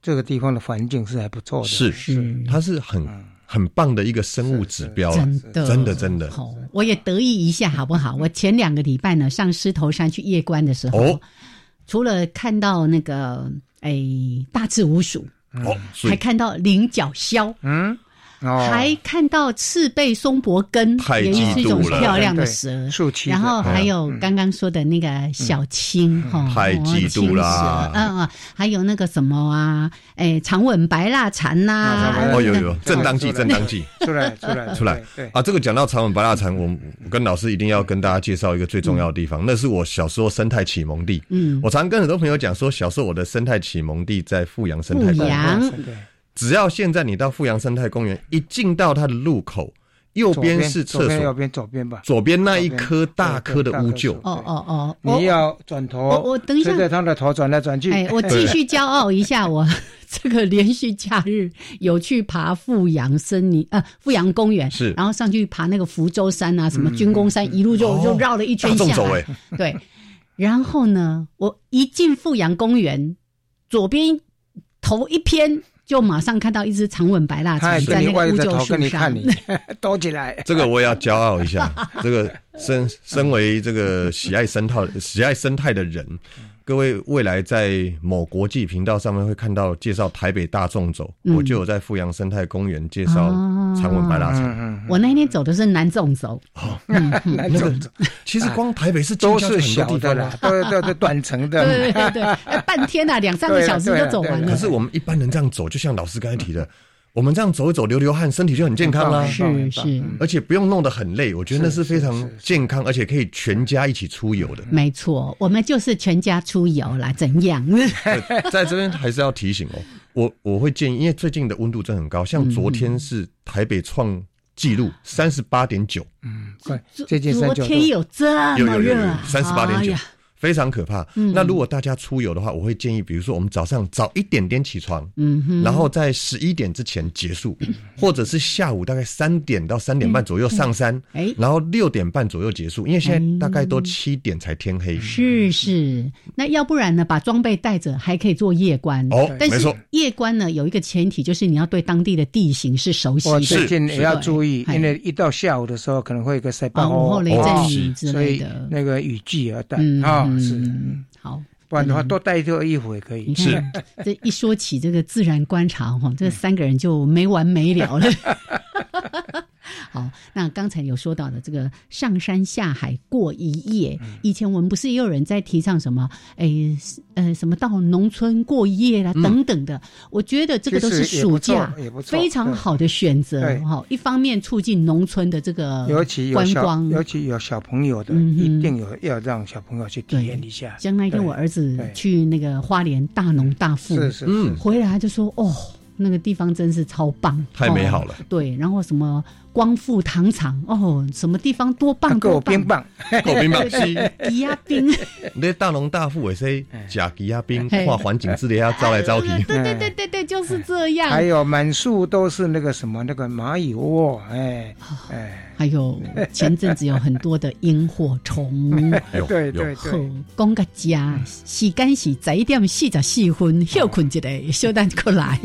这个地方的环境是还嗯不错的。
是
是
它是很很棒的一个生物指标了，
真的
真的真的。
好，我也得意一下好不好？我前两个礼拜呢，上狮头山去夜观的时候，
哦
除了看到那个哎大赤鼯鼠，
哦，所
还
以
看到菱角鸮，
嗯，哦，
还看到赤背松柏根，
太
也是一种
嫉妒了
漂亮的
对
蛇。
树栖的，
然后还有
嗯
刚刚说的那个小青哈，
哎嗯太嫉妒
哦青
啦
蛇嗯嗯，还有那个什么啊，哎，长吻白蜡蝉
啊
呐
长吻，
哦有有有正当季
出来
正当季。
出来出来
出来
对，
啊，这个讲到长吻白蜡蝉，我我跟老师一定要跟大家介绍一个最重要的地
嗯
方，那是我小时候生态启蒙地。
嗯，
我常跟很多朋友讲说，小时候我的生态启蒙地在富阳生态
富
公园。
阳
对对
只要现在你到富阳生态公园，一进到它的路口，右
左
边是
左
厕
边右
所，
边左边吧。
左边那一棵大棵的乌桕
对对大棵，
哦哦哦，我
你要转头，
我我等一下
随着他的头转来转去。
哎， 我继续骄傲一下，我 这个连续假日有去爬富阳森林，呃，富阳公园
是嗯
然后上去爬那个福州山啊，什么军功山，一路就、
哦
就绕了一圈
大众
下
走
来。
哎，
对，然后呢，我一进富阳公园，左边头一偏就马上看到一只长吻白蜡
他还
蝉在
跟
那
你歪
个乌
着
桕
头
树
跟你
上
看。你，躲起来。
这个我也要骄傲一下。这个身身为这个喜爱生态、喜爱生态的人，各位未来在某国际频道上面会看到介绍台北大众走，
嗯
我就有在富阳生态公园介绍
啊
哦
长吻白蜡蝉。
嗯
我那天走的是南纵 走，
嗯，来走走
其实光台北市
啊都
近郊
是
就很
小
多地
的
方
啦 都
啊，
都都短程的。嗯
对对对，哎半天啊，两三个
对了
小时
对
就
了
走完
对了啊
可
了。
是我们一般人这样走，就像老师刚才提的，我们这样走一走，流流汗，身体就很健康啦
很棒。
是
很棒
是
嗯
而且不用弄得很累，我觉得那是非常
是是是
健康，而且可以全家一起出游的。
没错，我们就是全家出游啦，怎样？
对在这边还是要提醒哦，我我会建议，因为最近的温度真的很高，像昨天是台北创纪
啊
录三十八点九，
嗯，快，接近
昨
三九度。
天有这
有
么
有有
热
有
啊，
三十八点
哎
九
呀，
非常可怕。
嗯
那如果大家出游的话，我会建议，比如说我们早上早一点点起床，
嗯哼，嗯
然后在十一点之前结束，或者是下午大概三点到三点半左右上山，
哎，嗯
然后六点半左右结束，因为现在大概都七点才天黑。
是是，那要不然呢，把装备带着还可以做夜观。
哦，
但
没
是
错，
夜观呢，有一个前提就是你要对当地的地形是熟悉
我
的，
最近也要注意，
是哎
因为一到下午的时候可能会有个塞
啊
巴哦
午后雷阵雨之
所
类
以
的。
那个雨具也要带
嗯
啊，是，
嗯好。
不然的话多带一套衣服也可以
你。看，嗯这一说起这个自然观察哈，
嗯
这三个人就没完没了 了。好，那刚才有说到的这个上山下海过一夜，
嗯
以前我们不是也有人在提倡什么，哎，呃，什么到农村过夜啦、等等的？我觉得这个都是
嗯其实也不
暑
错
假
也不错
非常好的选择
对
哈。一方面促进农村的这个
尤其有
呃观
小，
光，
尤其有小朋友的，
嗯哼
一定有要让小朋友去体验一下。
像那天
对
我儿子
对
去那个花莲大农大富，
是是
嗯
是，
回来他就说：“哦，那个地方真是超棒，
太美好
哦
了，
对，然后什么光复糖厂，哦，什么地方多棒
够
多棒，
冰棒，
够 冰棒西。
抵押 冰，
那大龙大富也是
哎
假吉亚兵
嘿
跨环境之类要招来招去，
对对对对对，就是这样。
还有满树都是那个什么那个蚂蚁窝，哎哎，
还有前阵子有很多的萤火虫，
有
哎对对
有
对，
吼，讲个家，时间是十一点四十四分，休困一下，小等过 来。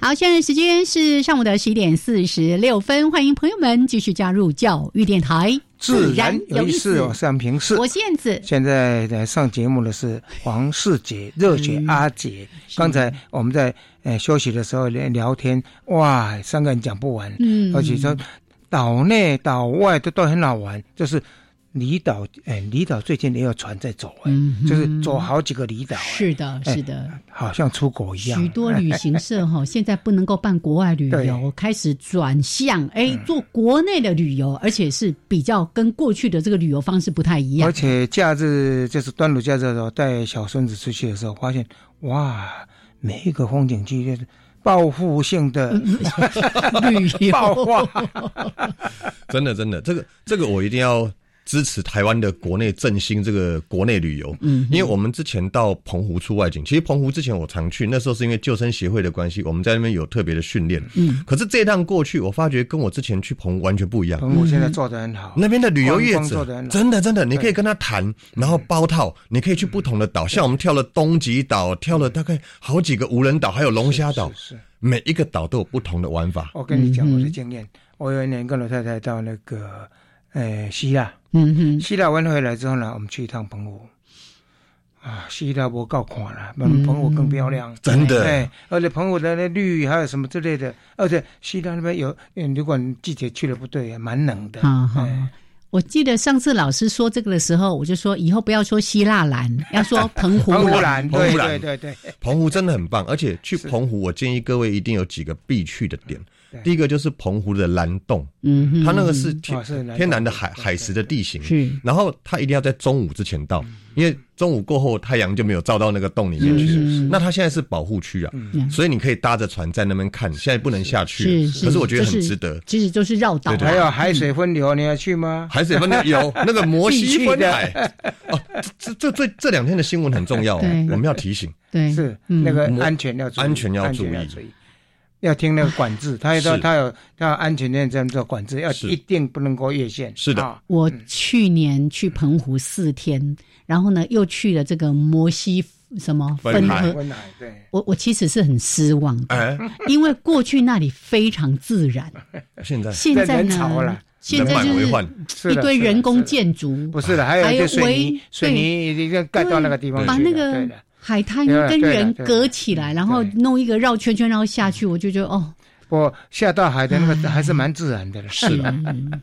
好，现在时间是上午的十一点四十六分，欢迎朋友们继续加入教育电台，
自然有意思，我是安平市，
我是燕子。
现在来上节目的是黄世杰、热血阿杰。
嗯
刚才我们在呃休息的时候聊聊天，哇，三个人讲不完，
嗯
而且说岛内岛外都都很好玩，就是。离岛，哎，离岛最近也有船在走，哎、
嗯
就是
哼
走好几个离岛，哎
是的，
哎
是的。
好像出国一样。哎
许多旅行社哈，现在不能够办国外旅游，
对嗯
开始转向哎做国内的旅游，而且是比较跟过去的这个旅游方式不太一样
而。且假日就是端午假日的时候，带小孙子出去的时候，发现哇，每一个风景区就是报复性的
旅游
爆发，
真的真的，这个这个我一定要支持台湾的国内振兴这个国内旅游。
嗯
因为我们之前到澎湖出外景，其实澎湖之前我常去，那时候是因为救生协会的关系，我们在那边有特别的训练。
嗯，
可是这一趟过去，我发觉跟我之前去澎湖完全不一样。
澎湖现在做的很好，
那边的旅游
嗯
业
观光做
者
得很好
真的真的，你可以跟他谈，然后包套，你可以去不同的
嗯
岛，像我们跳了东极岛，跳了大概好几个无人岛，还有龙虾岛，
是。
每一个岛都有不同的玩法。
我跟你讲我的
嗯
经验，我有一年跟我太太到那个呃希腊，
嗯哼，
希腊玩回来之后呢，我们去一趟澎湖。啊，希腊我够看了，
嗯
澎湖更漂亮，
嗯真的
哎，而且澎湖的那绿还有什么之类的，而且希腊那边有，嗯，如果你季节去了不对，蛮冷的。
好好
哎
我记得上次老师说这个的时候，我就说以后不要说希腊蓝，要说澎 湖
澎湖
蓝。
蓝，
澎
对
湖
对
蓝
对对，
澎湖真的很棒，而且去澎湖，我建议各位一定有几个必去的点
对。
第一个就是澎湖的蓝洞，
嗯哼，
它那个是天、
哦是蓝洞
天然的海
对对嗯
海蚀的地形，
是
然后它一定要在中午之前到，因为中午过后太阳就没有照到那个洞里面去
是是是
嗯
了。那它现在是保护区啊，
嗯
所以你可以搭着船在那边看，现在不能下去
是是，
了，可是我觉得
就
很
是
值得。
其实就是绕岛啦，啊
还有海水分流，你要去吗？
海水分的 有那个摩西分
必去
海哦，这这这这两天的新闻很重要、哦
对，
我们要提醒。
对
是
嗯
那个安全要注意
安全要
安
注意
全要注意，要听那个管制，他要
是
他有他有安全链这样做管制，要
是
一定不能够越线。
是的
啊
我
嗯
去年去澎湖四天，然后呢又去了这个摩西什么
分
分
海
河，
温海对。
我我其实是很失望 的，
哎，
因为过去那里非常自然，
现 在
现在
人潮
呢
啦，
现在
人
就
满为患
是
是
一
的
堆
是的
人
是
工
的
建筑，
不是的，还有一
还有
些水
围
泥，水泥已经盖到那个地方
对
把
去
那
了。
个
对的，
海滩
对了
跟
对了
人
对了
隔起
嗯
来，然后
对
弄一个绕圈圈，然后下去，我就觉得哦，
不过下到海的那个还是蛮自然的了。
是的，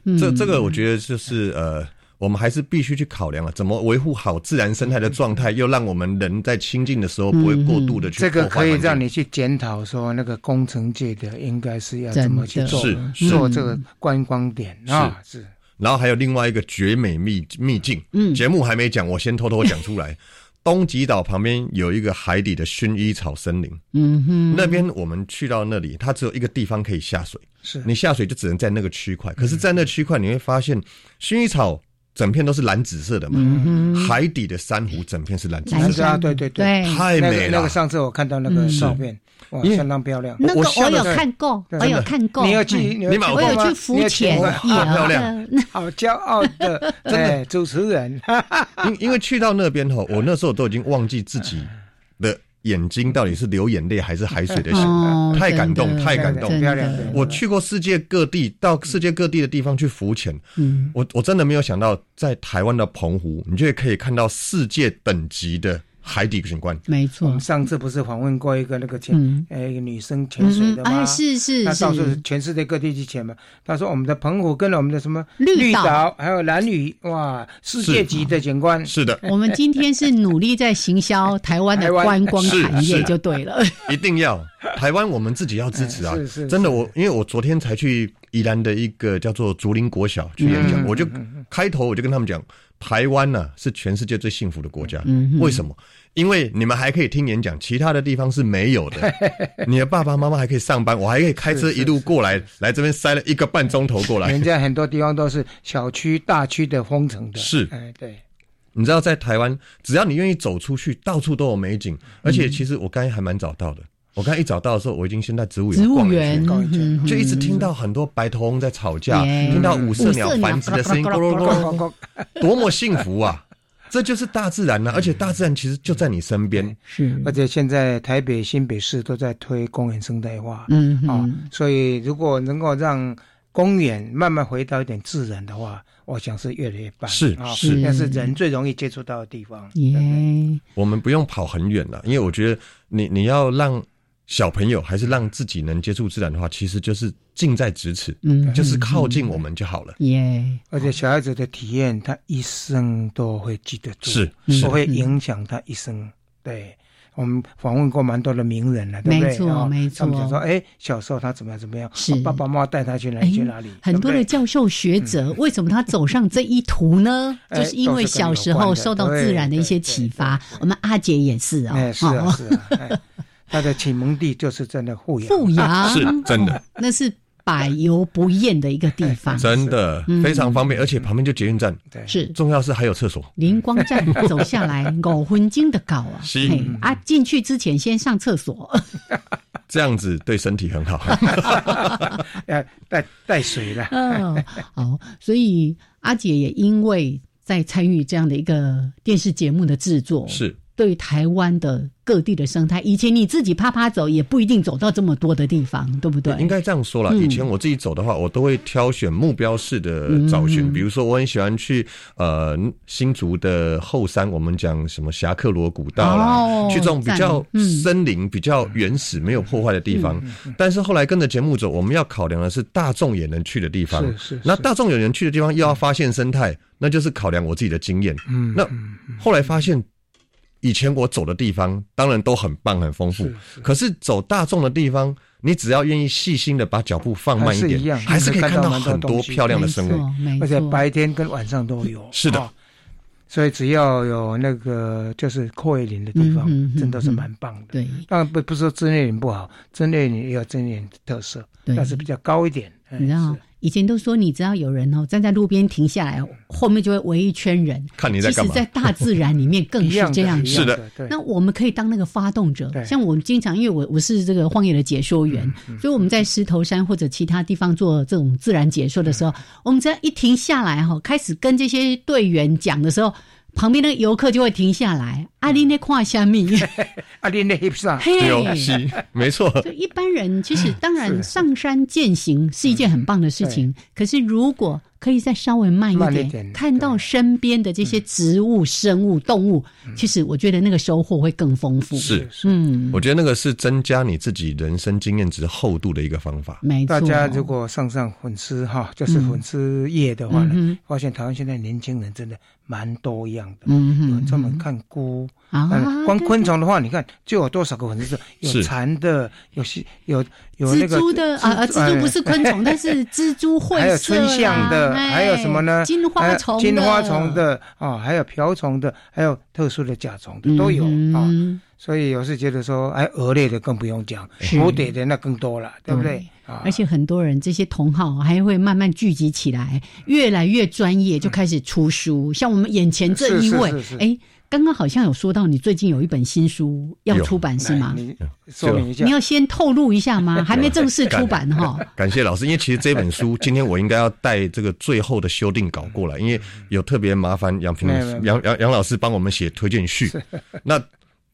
嗯
这这个我觉得就是呃，我们还是必须去考量啊，怎么维护好自然生态的状态，又让我们人在亲近的时候不会过度的去
嗯这个
破坏
可以
环境
让你去检讨说，那个工程界的应该是要怎么去
真的嗯
做
是是
做这个观光点啊？是
然后还有另外一个绝美秘秘境，
嗯
节目还没讲，我先偷偷讲出来。东极岛旁边有一个海底的薰衣草森林，
嗯哼，
那边我们去到那里，它只有一个地方可以下水，
是，
你下水就只能在那个区块。可是，在那区块你会发现，薰衣草整片都是蓝紫色的嘛，海底的珊瑚整片是蓝紫色
嗯蓝
的
是。啊，对对
对，
太
那
美
个
了。
那个上次我看到那个
嗯
照片，哇，
因为
相当漂亮。
那个
我
我
下得
有
来
看过，
对
我有
真的
看过，
你有去？
哎
你有
你买
去
过
我有
吗
去浮潜，
你有去过吗
好啊漂亮
有的
好骄傲 的哎主持人，
嗯
因因为去到那边吼，我那时候都已经忘记自己的眼睛到底是流眼泪还是海水的咸。
哦，
太感动
真的
太感动
真的
漂亮对
我去过世界各地，到世界各地的地方去浮潜，
嗯，
我我真的没有想到，在台湾的澎湖，你就可以看到世界等级的海底景观。
没
我
错
们，上次不是访问过一个那个潜
嗯，
呃一个女生潜水
嗯
的
哼，
吗？
哎，是是
啊那到处
是，
全世界各地去潜嘛。他说我们的澎湖跟我们的什么
绿岛
岛，还有蓝屿，哇，世界级的景观。
是的，
我们今天是努力在行销台湾的
台湾
观光
是
产业，
是
就对了。
一定要台湾，我们自己要支持啊！
哎是是
真的，我因为我昨天才去宜兰的一个叫做竹林国小去演讲，
嗯
我就开头我就跟他们讲，台湾呢、是全世界最幸福的国家，
嗯哼
为什么？因为你们还可以听演讲，其他的地方是没有 的。你的爸爸妈妈还可以上班，我还可以开车一路过来，来这边塞了一个半钟头过来
人。家很多地方都是小区、大区的封城的。
是
哎，对，
你知道，在台湾，只要你愿意走出去，到处都有美景。而
嗯
且，其实我刚才还蛮早到的。我刚才一早到的时候，我已经先在植物园
植物
逛了一圈
园
高一圈
嗯
就一直听到很多白头翁在吵架，
耶
哦
听到五色鸟繁殖的声音，咕噜咕噜，
咕
多么幸福啊！这就是大自然
嗯
啊呐、而且大自然其实就在你身边。
是，而且现在台北、新北市都在推公园生态化，
嗯哼
啊、所以如果能够让公园慢慢回到一点自然的话，我想是越来越棒。
是
啊、
是
那是人最容易接触到的地方。
耶、
我们不用跑很远了，因为我觉得你你要让小朋友还是让自己能接触自然的话，其实就是近在咫尺，
嗯
就是靠近我们就好了。
耶，
而且小孩子的体验，他一生都会记得住，
是
嗯
是
不会影响他一生。对我们访问过蛮多的名人了，对不对？
没错
啊
没错
他们讲说，哎，小时候他怎么样怎么样，
是
哦爸爸妈妈带他去哪
哎
里去哪里，
很多的
对不对
教授学者，为什么他走上这一途呢？
哎
就是因为小时候受到自然的一些启发。我们阿姐也是啊、
哎，是啊
哦
是啊，哎他的启蒙地就是真的富阳，
富阳
是真的
哦那是百游不厌的一个地方。
哎真的
嗯
非常方便，而且旁边就捷运站，
是
重要是还有厕所。
灵光站走下来，五分钟的搞啊！
是嗯
嘿啊，进去之前先上厕所。
这样子对身体 很好。
要哎带带水了。
嗯， 好，所以阿姐也因为在参与这样的一个电视节目的制作，
是
对台湾的各地的生态，以前你自己啪啪走也不一定走到这么多的地方，对不对？
应该这样说啦。
嗯
以前我自己走的话，我都会挑选目标式的找寻，
嗯
比如说我很喜欢去呃新竹的后山，我们讲什么侠客罗古道
哦
啦，去这种比较
赞嗯
森林、比较原始、没有破坏的地方。但是后来跟着节目走，我们要考量的是大众也能去的地方
是是是。
那大众有人去的地方，又要发现生态，那就是考量我自己的经验。
嗯
那后来发现。以前我走的地方，当然都很棒、很丰富。可是走大众的地方，你只要愿意细心的把脚步放慢
还是
点，
一样，
还是可以
看
看到
蛮
很多
东西
漂亮的生物。
没
而且
错
白天跟晚上都有。
是的
哦所以只要有那个就是阔叶林的地方
嗯嗯嗯，
真的是蛮棒的。
对，
当然不不是说针叶林不好，针叶林也有针叶林的特色，
对嗯
但是比较高一点。哎
你知道，以前都说你只要有人哦站在路边停下来，后面就会围一圈人。
看你在干嘛
其实，在大自然里面更
一
是
样的
这样
一样的
是的
对
那我们可以当那个发动者，
对嗯
像我们经常，因为我我是这个荒野的解说员，所以我们在石头山或者其他地方做这种自然解说的时
嗯
候，我们只要一停下来哈，开始跟这些队员讲的时候。旁边那个游客就会停下
嗯
来，啊，你那看虾 米？
啊，你那 hip 上，
嘿，
对，哦是 没错，
就一般人，其实当然
是嗯
上山践行是一件很棒的事情，可是如果可以再稍微慢一点，
慢一点嗯
看到身边的这些植物、生物、动物，其实我觉得那个收获会更丰富。
是。
嗯，
我觉得那个是增加你自己人生经验值厚度的一个方法。
没错。
大家如果上上粉丝哈，就是
嗯
粉丝业的话
嗯
呢
哼，
发现台湾现在年轻人真的蛮多样的。
嗯哼
有人专门看菇
啊
嗯光昆虫的话，你看就有多少个粉丝？有
是
蚕的，有西有有那
蜘
个哎
蛛的啊啊，蜘蛛不是昆虫，但是蜘蛛会
还有
社
春象的，
啦
还有什么呢
哎？金花虫
还有
的，
金花虫的啊，还有瓢虫的，还有特殊的甲虫的
嗯
都有啊。
哼
所以我是觉得说，哎，蛾类的更不用讲，
是哎
蝴蝶的那更多了，对不对？啊
而且很多人这些同好还会慢慢聚集起来，越来越专业，就开始出书。像我们眼前这一位
嗯是是是是，
哎，刚刚好像有说到你最近有一本新书要出版是吗？
哎你
嗯
说明一下
你，要先透露一下吗？还没正式出版 哈。
感谢老师，因为其实这本书今天我应该要带这个最后的修订稿过来，因为有特别麻烦杨平
没有没有
杨杨杨老师帮我们写推荐序，那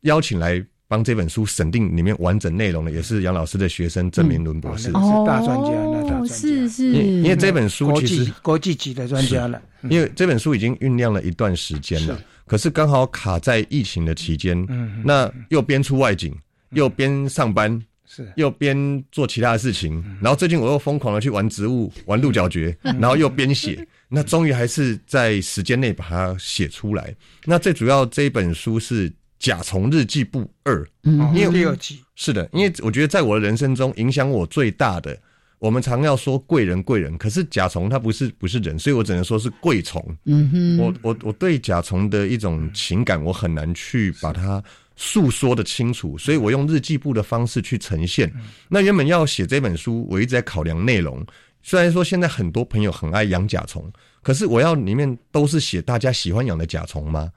邀请来帮这本书审定里面完整内容的也是杨老师的学生郑明伦博士。
嗯哦是大专家那大专
哦，
家
是是，
因为因为这本书
国
其实
际国际级的专家了，
因为这本书已经酝酿了一段时间了
嗯是，
可是刚好卡在疫情的期间，
嗯
那又边出外景，又边上班，
嗯
是
又边做其他的事情，
嗯
然后最近我又疯狂的去玩植物，玩鹿角蕨，然后又 边写，那终于还是在时间内把它写出来。那最主要这一本书是《甲虫日记部二》，
嗯
哦
因为
第二集
是的，因为我觉得在我的人生中影响我最大的，我们常要说贵人贵人，可是甲虫它不是不是人，所以我只能说是贵虫。
嗯哼，
我我我对甲虫的一种情感，我很难去把它诉说的清楚，所以我用日记簿的方式去呈现。
嗯
那原本要写这本书，我一直在考量内容。虽然说现在很多朋友很爱养甲虫，可是我要里面都是写大家喜欢养的甲虫吗？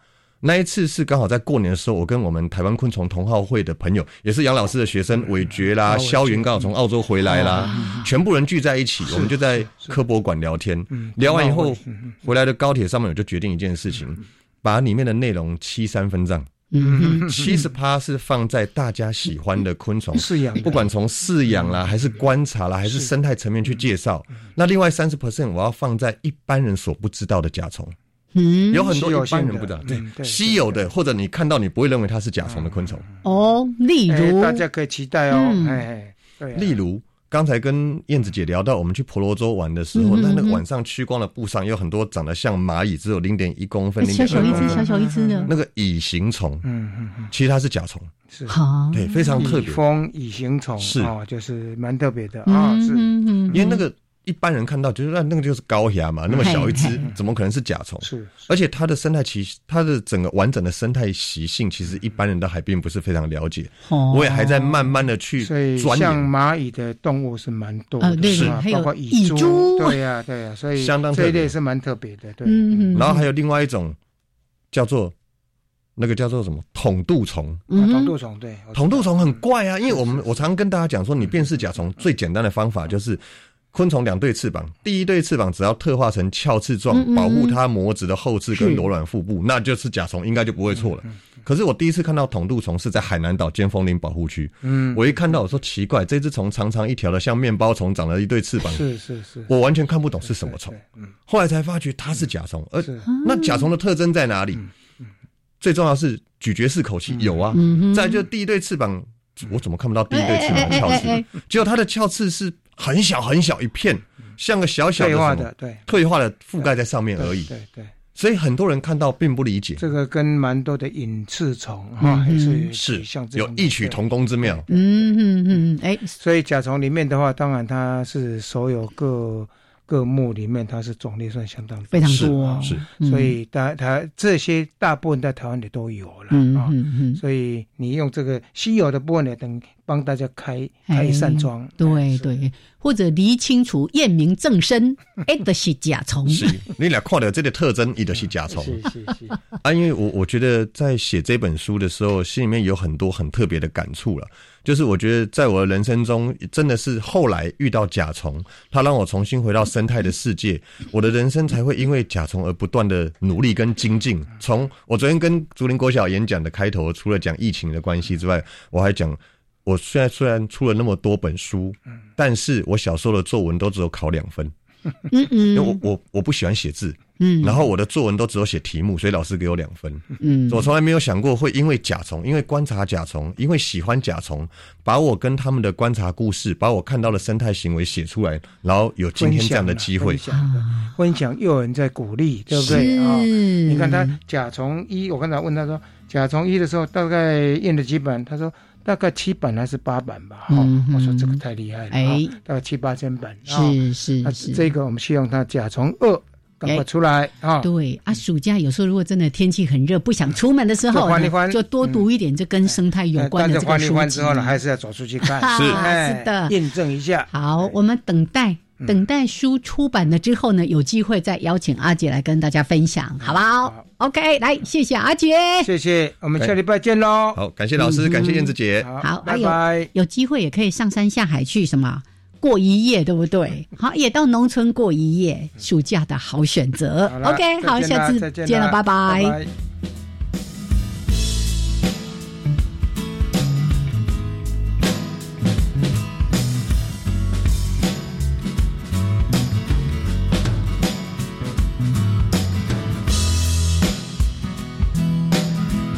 那一次是刚好在过年的时候，我跟我们台湾昆虫同好会的朋友，也是杨老师的学生韦爵啦、肖云，刚好从澳洲回来啦，全部人聚在一起，我们就在科博馆聊天。聊完以后，回来的高铁上面我就决定一件事情：把里面的内容七三分账。
嗯，
七十趴是放在大家喜欢的昆虫
饲养，
不管从饲养啦，还是观察啦，还是生态层面去介绍。那另外三十 percent 我要放在一般人所不知道的甲虫。
嗯，
有很多一般人不知道，
稀有性的嗯
对
对
稀有的，或者你看到你不会认为它是甲虫的昆虫。
哦，例如
哎大家可以期待哦
嗯，
哎，对啊，
例如刚才跟燕子姐聊到，我们去婆罗洲玩的时候，
嗯嗯嗯
那那个晚上去光的布上有很多长得像蚂蚁，只有零点一公分、零
哎小
点
小
二
一
公
只，小
分，
小一只的，
那个蚁形虫，
嗯嗯嗯，
其实它是甲虫，
是
好，
对，非常特
蚁
别，
蜂、蚁形虫
是
哦，就是蛮特别的啊，
嗯
是
嗯嗯，
因为那个一般人看到就是啊那那个就是高牙嘛，那么小
嘿
一只
嘿，
怎么可能是甲虫？
是
而且它的生态其它的整个完整的生态习性，其实一般人都还并不是非常了解。
哦
我也还在慢慢的去
所以
钻
像嗯
研。
蚂蚁的动物是蛮多
啊
的，
对
是
对
吧
还有
包括
蚁
蛛
蛛，
对呀对呀，所以
相当特
这
别
一类是蛮特别的，对，
嗯，嗯
然后还有另外一种叫做那个叫做什么筒蠹虫，
啊
嗯
同
哼
肚虫对，我知道
筒蠹虫很怪啊，因为我们我常跟大家讲说，你辨识甲虫最简单的方法就是。昆虫两对翅膀，第一对翅膀只要特化成鞘翅状
嗯嗯，嗯
保护它膜质的后翅跟
是
柔软腹部，那就是甲虫，应该就不会错了。可是我第一次看到筒蠹虫是在海南岛尖峰林保护区，
嗯，
我一看到我说奇怪，这只虫长长一条的，像面包虫，长了一对翅膀，
是是是，
我完全看不懂是什么虫
对，。嗯，
后来才发觉它是甲虫，而
是
那甲虫的特征在哪里？最重要是咀嚼式口气有啊，
嗯
再就第一对翅膀，我怎么看不到第一对翅膀的鞘
哎哎哎哎
翅？结果它的鞘翅是很小很小一片，像个小小的
退化
什
的
么
对
退化的覆盖在上面而已。
对对，对
所以很多人看到并不理解，
这个跟蛮多的隐翅虫哈，也是
是
像这
有
种的
异曲。
对
同工之妙。
嗯嗯嗯，哎，
所以甲虫里面的话，当然它是所有各各目里面，它是种类算相当
非常
是啊
多，
是，
嗯
所以它它这些大部分在台湾里都有了
嗯
啊。
嗯嗯，
所以你用这个稀有的部分呢，等帮大家开
哎
开一扇窗。
对
是，
对，或者厘清楚验明正身，哎，的是甲虫，
是你俩看到这个特征，你就是甲虫。
是是是，
啊，因为我我觉得在写这本书的时候，心里面有很多很特别的感触了。就是我觉得在我的人生中，真的是后来遇到甲虫，它让我重新回到生态的世界，我的人生才会因为甲虫而不断的努力跟精进。从我昨天跟竹林国小演讲的开头，除了讲疫情的关系之外，我还讲。我虽然虽然出了那么多本书，但是我小时候的作文都只有考两分，
嗯
因为我
嗯
我我不喜欢写字，
嗯，
然后我的作文都只有写题目，所以老师给我两分。
嗯，
我从来没有想过会因为甲虫，因为观察甲虫，因为喜欢甲虫，把我跟他们的观察故事，把我看到的生态行为写出来，然后有今天这样的机会
分。享的，分享又有人在鼓励，对不对啊？
啊是，
你看他甲虫一，我刚才问他说甲虫一的时候大概验了几版，他说大概七版还是八版吧。哈、
嗯哼
我说这个太厉害了，
哎
哈大概七八千版。哈
是
那
是是，
啊这个我们希望它甲虫二赶快出来啊！
对啊，暑假有时候如果真的天气很热，不想出门的时候呢，
就翻一翻
就多读一点这跟生态有关
但
的这
是
个
换一
书
换
籍
之后呢，还是要走出去 看，
是
哎
是的
验证一下。
好，我们等待。
嗯
等待书出版了之后呢，有机会再邀请阿姐来跟大家分享，好不好
好
o k 来，谢谢阿姐。
谢谢，我们下礼拜见喽。
好，感谢老师，感谢燕子姐。
好哎
拜
还
拜。
有机会也可以上山下海去什么过一夜，对不对？
嗯
好，也到农村过一夜，暑假的好选择
好。啦
OK，好，
再见啦
下次
再见
见了，
啦
拜拜
拜